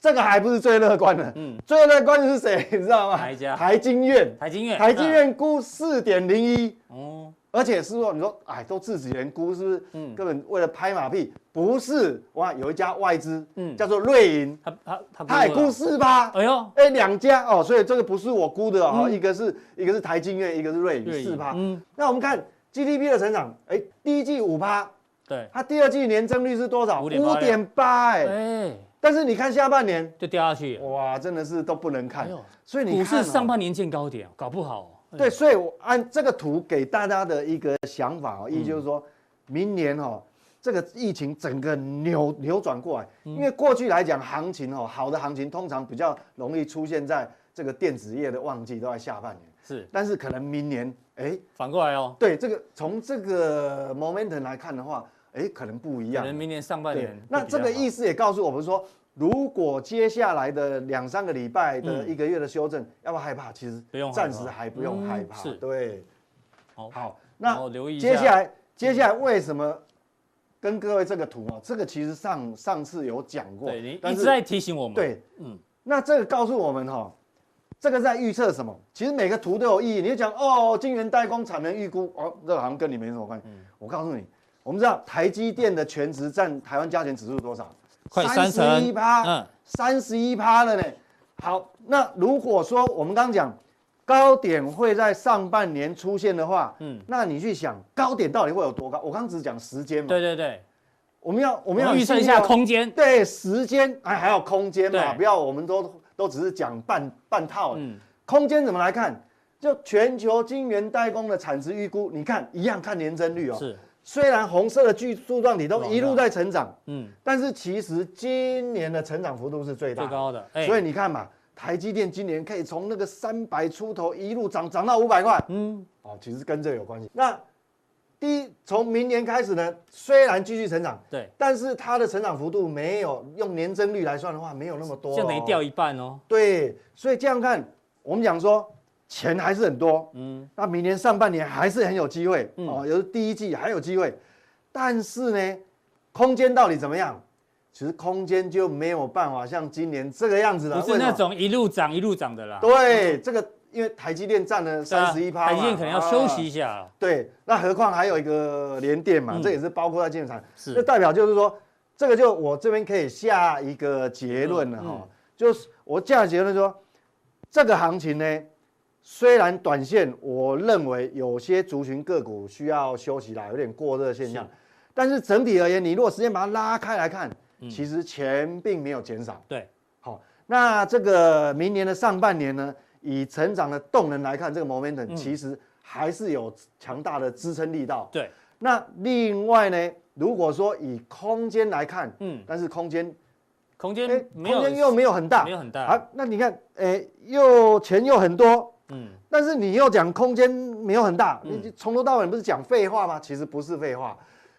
D: 这个还不是最乐观的，嗯，最乐观的是谁， 你知道吗？
B: 哪一家
D: 台 经院，
B: 台金院，
D: 台经
B: 嗯
D: 院估四点零一，
B: 哦，
D: 而且是说，你说，哎，都自己人估是不是？
B: 嗯
D: 嗯，根本为了拍马屁，不是哇？有一家外资，
B: 嗯
D: 嗯，叫做瑞银，
B: 他他他
D: 它也
B: 估
D: 估
B: 了，
D: 四八，
B: 哎呦，
D: 哎，两家哦，所以这个不是我估的哦，一个是一个是台经院，一个是瑞
B: 嗯瑞
D: 银
B: 银
D: 四趴。
B: 嗯
D: 那我们看 GDP 的成长，哎，第一季五趴，
B: 对，
D: 它第二季年增率是多少？
B: 5.8
D: 点八，哎，
B: 哎，
D: 但是你看下半年，
B: 就掉下去了。
D: 哇，真的是都不能看
B: 哎呦。
D: 所哦以你
B: 股
D: 看
B: 市
D: 哦
B: 上半年见高点，搞不好哦。
D: 对，所以我按这个图给大家的一个想法
B: 嗯
D: 哦，意思就是说，明年哦，这个疫情整个扭扭转过来，
B: 嗯
D: 因为过去来讲行情哦，好的行情通常比较容易出现在这个电子业的旺季都在下半年，
B: 是
D: 但是可能明年，哎，
B: 反过来哦，
D: 对这个从这个 momentum 来看的话，哎，可能不一
B: 可
D: 样
B: 能。明年上半
D: 对
B: 年，。
D: 那这个意思也告诉我们说，如果接下来的两三个礼拜的一个月的修正，要不要害怕？其实
B: 嗯不用害怕
D: 暂时还不用害怕。
B: 嗯是
D: 对。
B: 好
D: 好，
B: 然
D: 那
B: 后留意一下嗯
D: 接下来接下来为什么跟各位这个图哦，这个其实上上次有讲过，
B: 对你
D: 但
B: 一
D: 是
B: 直在提醒我们，，
D: 对，
B: 嗯
D: 嗯，那这个告诉我们哈、这个在预测什么？其实每个图都有意义。你就讲哦，晶圆代工产能预估哦，这好像跟你没什么关
B: 嗯
D: 系。我告诉你，我们知道台积电的全值占台湾加权指数多少？
B: 快三成
D: 一趴，
B: 嗯
D: 嗯，三十一趴了呢。好，那如果说我们刚刚讲高点会在上半年出现的话，
B: 嗯
D: 嗯，那你去想高点到底会有多高？我刚刚只讲时间嘛，
B: 对对对，
D: 我们要我
B: 我
D: 们要哦
B: 预测一
D: 尽
B: 下
D: 量
B: 空间，
D: 对，时间哎还有空间嘛，
B: 对
D: 不要我们都都只是讲半半套。
B: 嗯，
D: 空间怎么来看？就全球晶圆代工的产值预估，你看一样看年增率哦。
B: 是，
D: 虽然红色的巨柱状体都一路在成长，
B: 嗯，
D: 但是其实今年的成长幅度是最大
B: 最
D: 的。
B: 高的，哎，
D: 所以你看嘛，台积电今年可以从那个三百出头一路涨涨到五百块，
B: 嗯，
D: 哦，其实跟这个有关系。那第一，从明年开始呢，虽然继续成长，
B: 对，
D: 但是它的成长幅度没有用年增率来算的话，没有那么多、哦，
B: 就等于掉一半哦，
D: 对，所以这样看，我们讲说钱还是很多，
B: 嗯，
D: 那明年上半年还是很有机会、
B: 嗯
D: 哦，有第一季还有机会，但是呢，空间到底怎么样？其实空间就没有办法像今年这个样子了，
B: 不是
D: 啊为什么
B: 那种一路涨一路涨的啦，
D: 对、这个，因为台积电占了
B: 对啊
D: 三十一趴，
B: 台积电可能要休息
D: 啊啊
B: 一下，
D: 对，那何况还有一个联电嘛，
B: 嗯
D: 这也是包括在建厂，
B: 是
D: 这代表就是说，这个就我这边可以下一个结论了哈、
B: 嗯嗯
D: 就是我下结论说，这个行情呢，虽然短线我认为有些族群个股需要休息啦，有点过热现象
B: 是，
D: 但是整体而言，你如果时间把它拉开来看，
B: 嗯
D: 其实钱并没有减少。
B: 对，
D: 好，那这个明年的上半年呢，以成长的动能来看，这个
B: 嗯
D: momentum 其实还是有强大的支撑力道。
B: 对，
D: 那另外呢，如果说以空间来看，
B: 嗯，
D: 但是空间，
B: 空
D: 哎、
B: 间没
D: 空
B: 有，
D: 间又没有很大，
B: 没有很大
D: 啊。那你看，哎、又钱又很多，
B: 嗯，
D: 但是你又讲空间没有很大，你从头到尾不是讲废话吗？其实不是废话，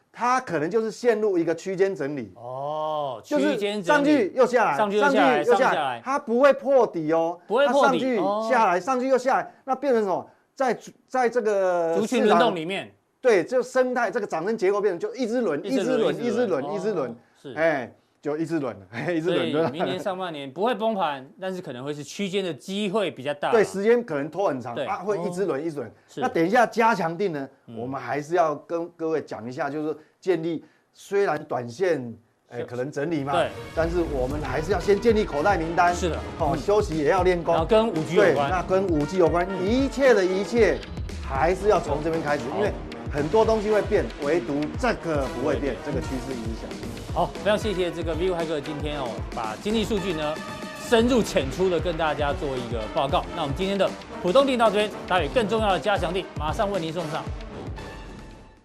D: 它可能就是陷入一个区间整理。
B: 哦，
D: 就
B: 区间
D: 是
B: 整
D: 上
B: 理
D: 去又下来，
B: 上去又下来，上去又下来，
D: 它不会破底哦，
B: 不会
D: 它
B: 破底
D: 上
B: 哦
D: 去下来，上去又下来，那变成什么？在在这个
B: 族群
D: 市
B: 轮
D: 场
B: 动，里面，
D: 对，就生态这个涨升结构变成就一只轮，一只轮，一只轮，一只轮
B: 哦，是。
D: 哎，就一只轮， 哎一只
B: 所
D: 轮，
B: 以
D: 对吧
B: 明年上半年不会崩盘，但是可能会是区间的机会比较大。
D: 对，时间可能拖很长
B: 对哦
D: 啊，会一只轮一只轮。
B: 是嗯
D: 那等一下加强定呢，我们还是要跟各位讲一下，就是建立虽然短线。哎，可能整理嘛，
B: 对，
D: 但是我们还是要先建立口袋名单。
B: 是的嗯
D: 哦，休息也要练功
B: 然后。跟五 G 有
D: 对，
B: 关。嗯
D: 那跟五 G 有关，一切的一切还是要从这边开始，因为很多东西会变，唯独这个不会变，这个趋势影响。
B: 好，非常谢谢这个 View 黑哥今天哦，把经济数据呢深入浅出的跟大家做一个报告。那我们今天的浦东定到这边，待会更重要的加强定马上为您送上。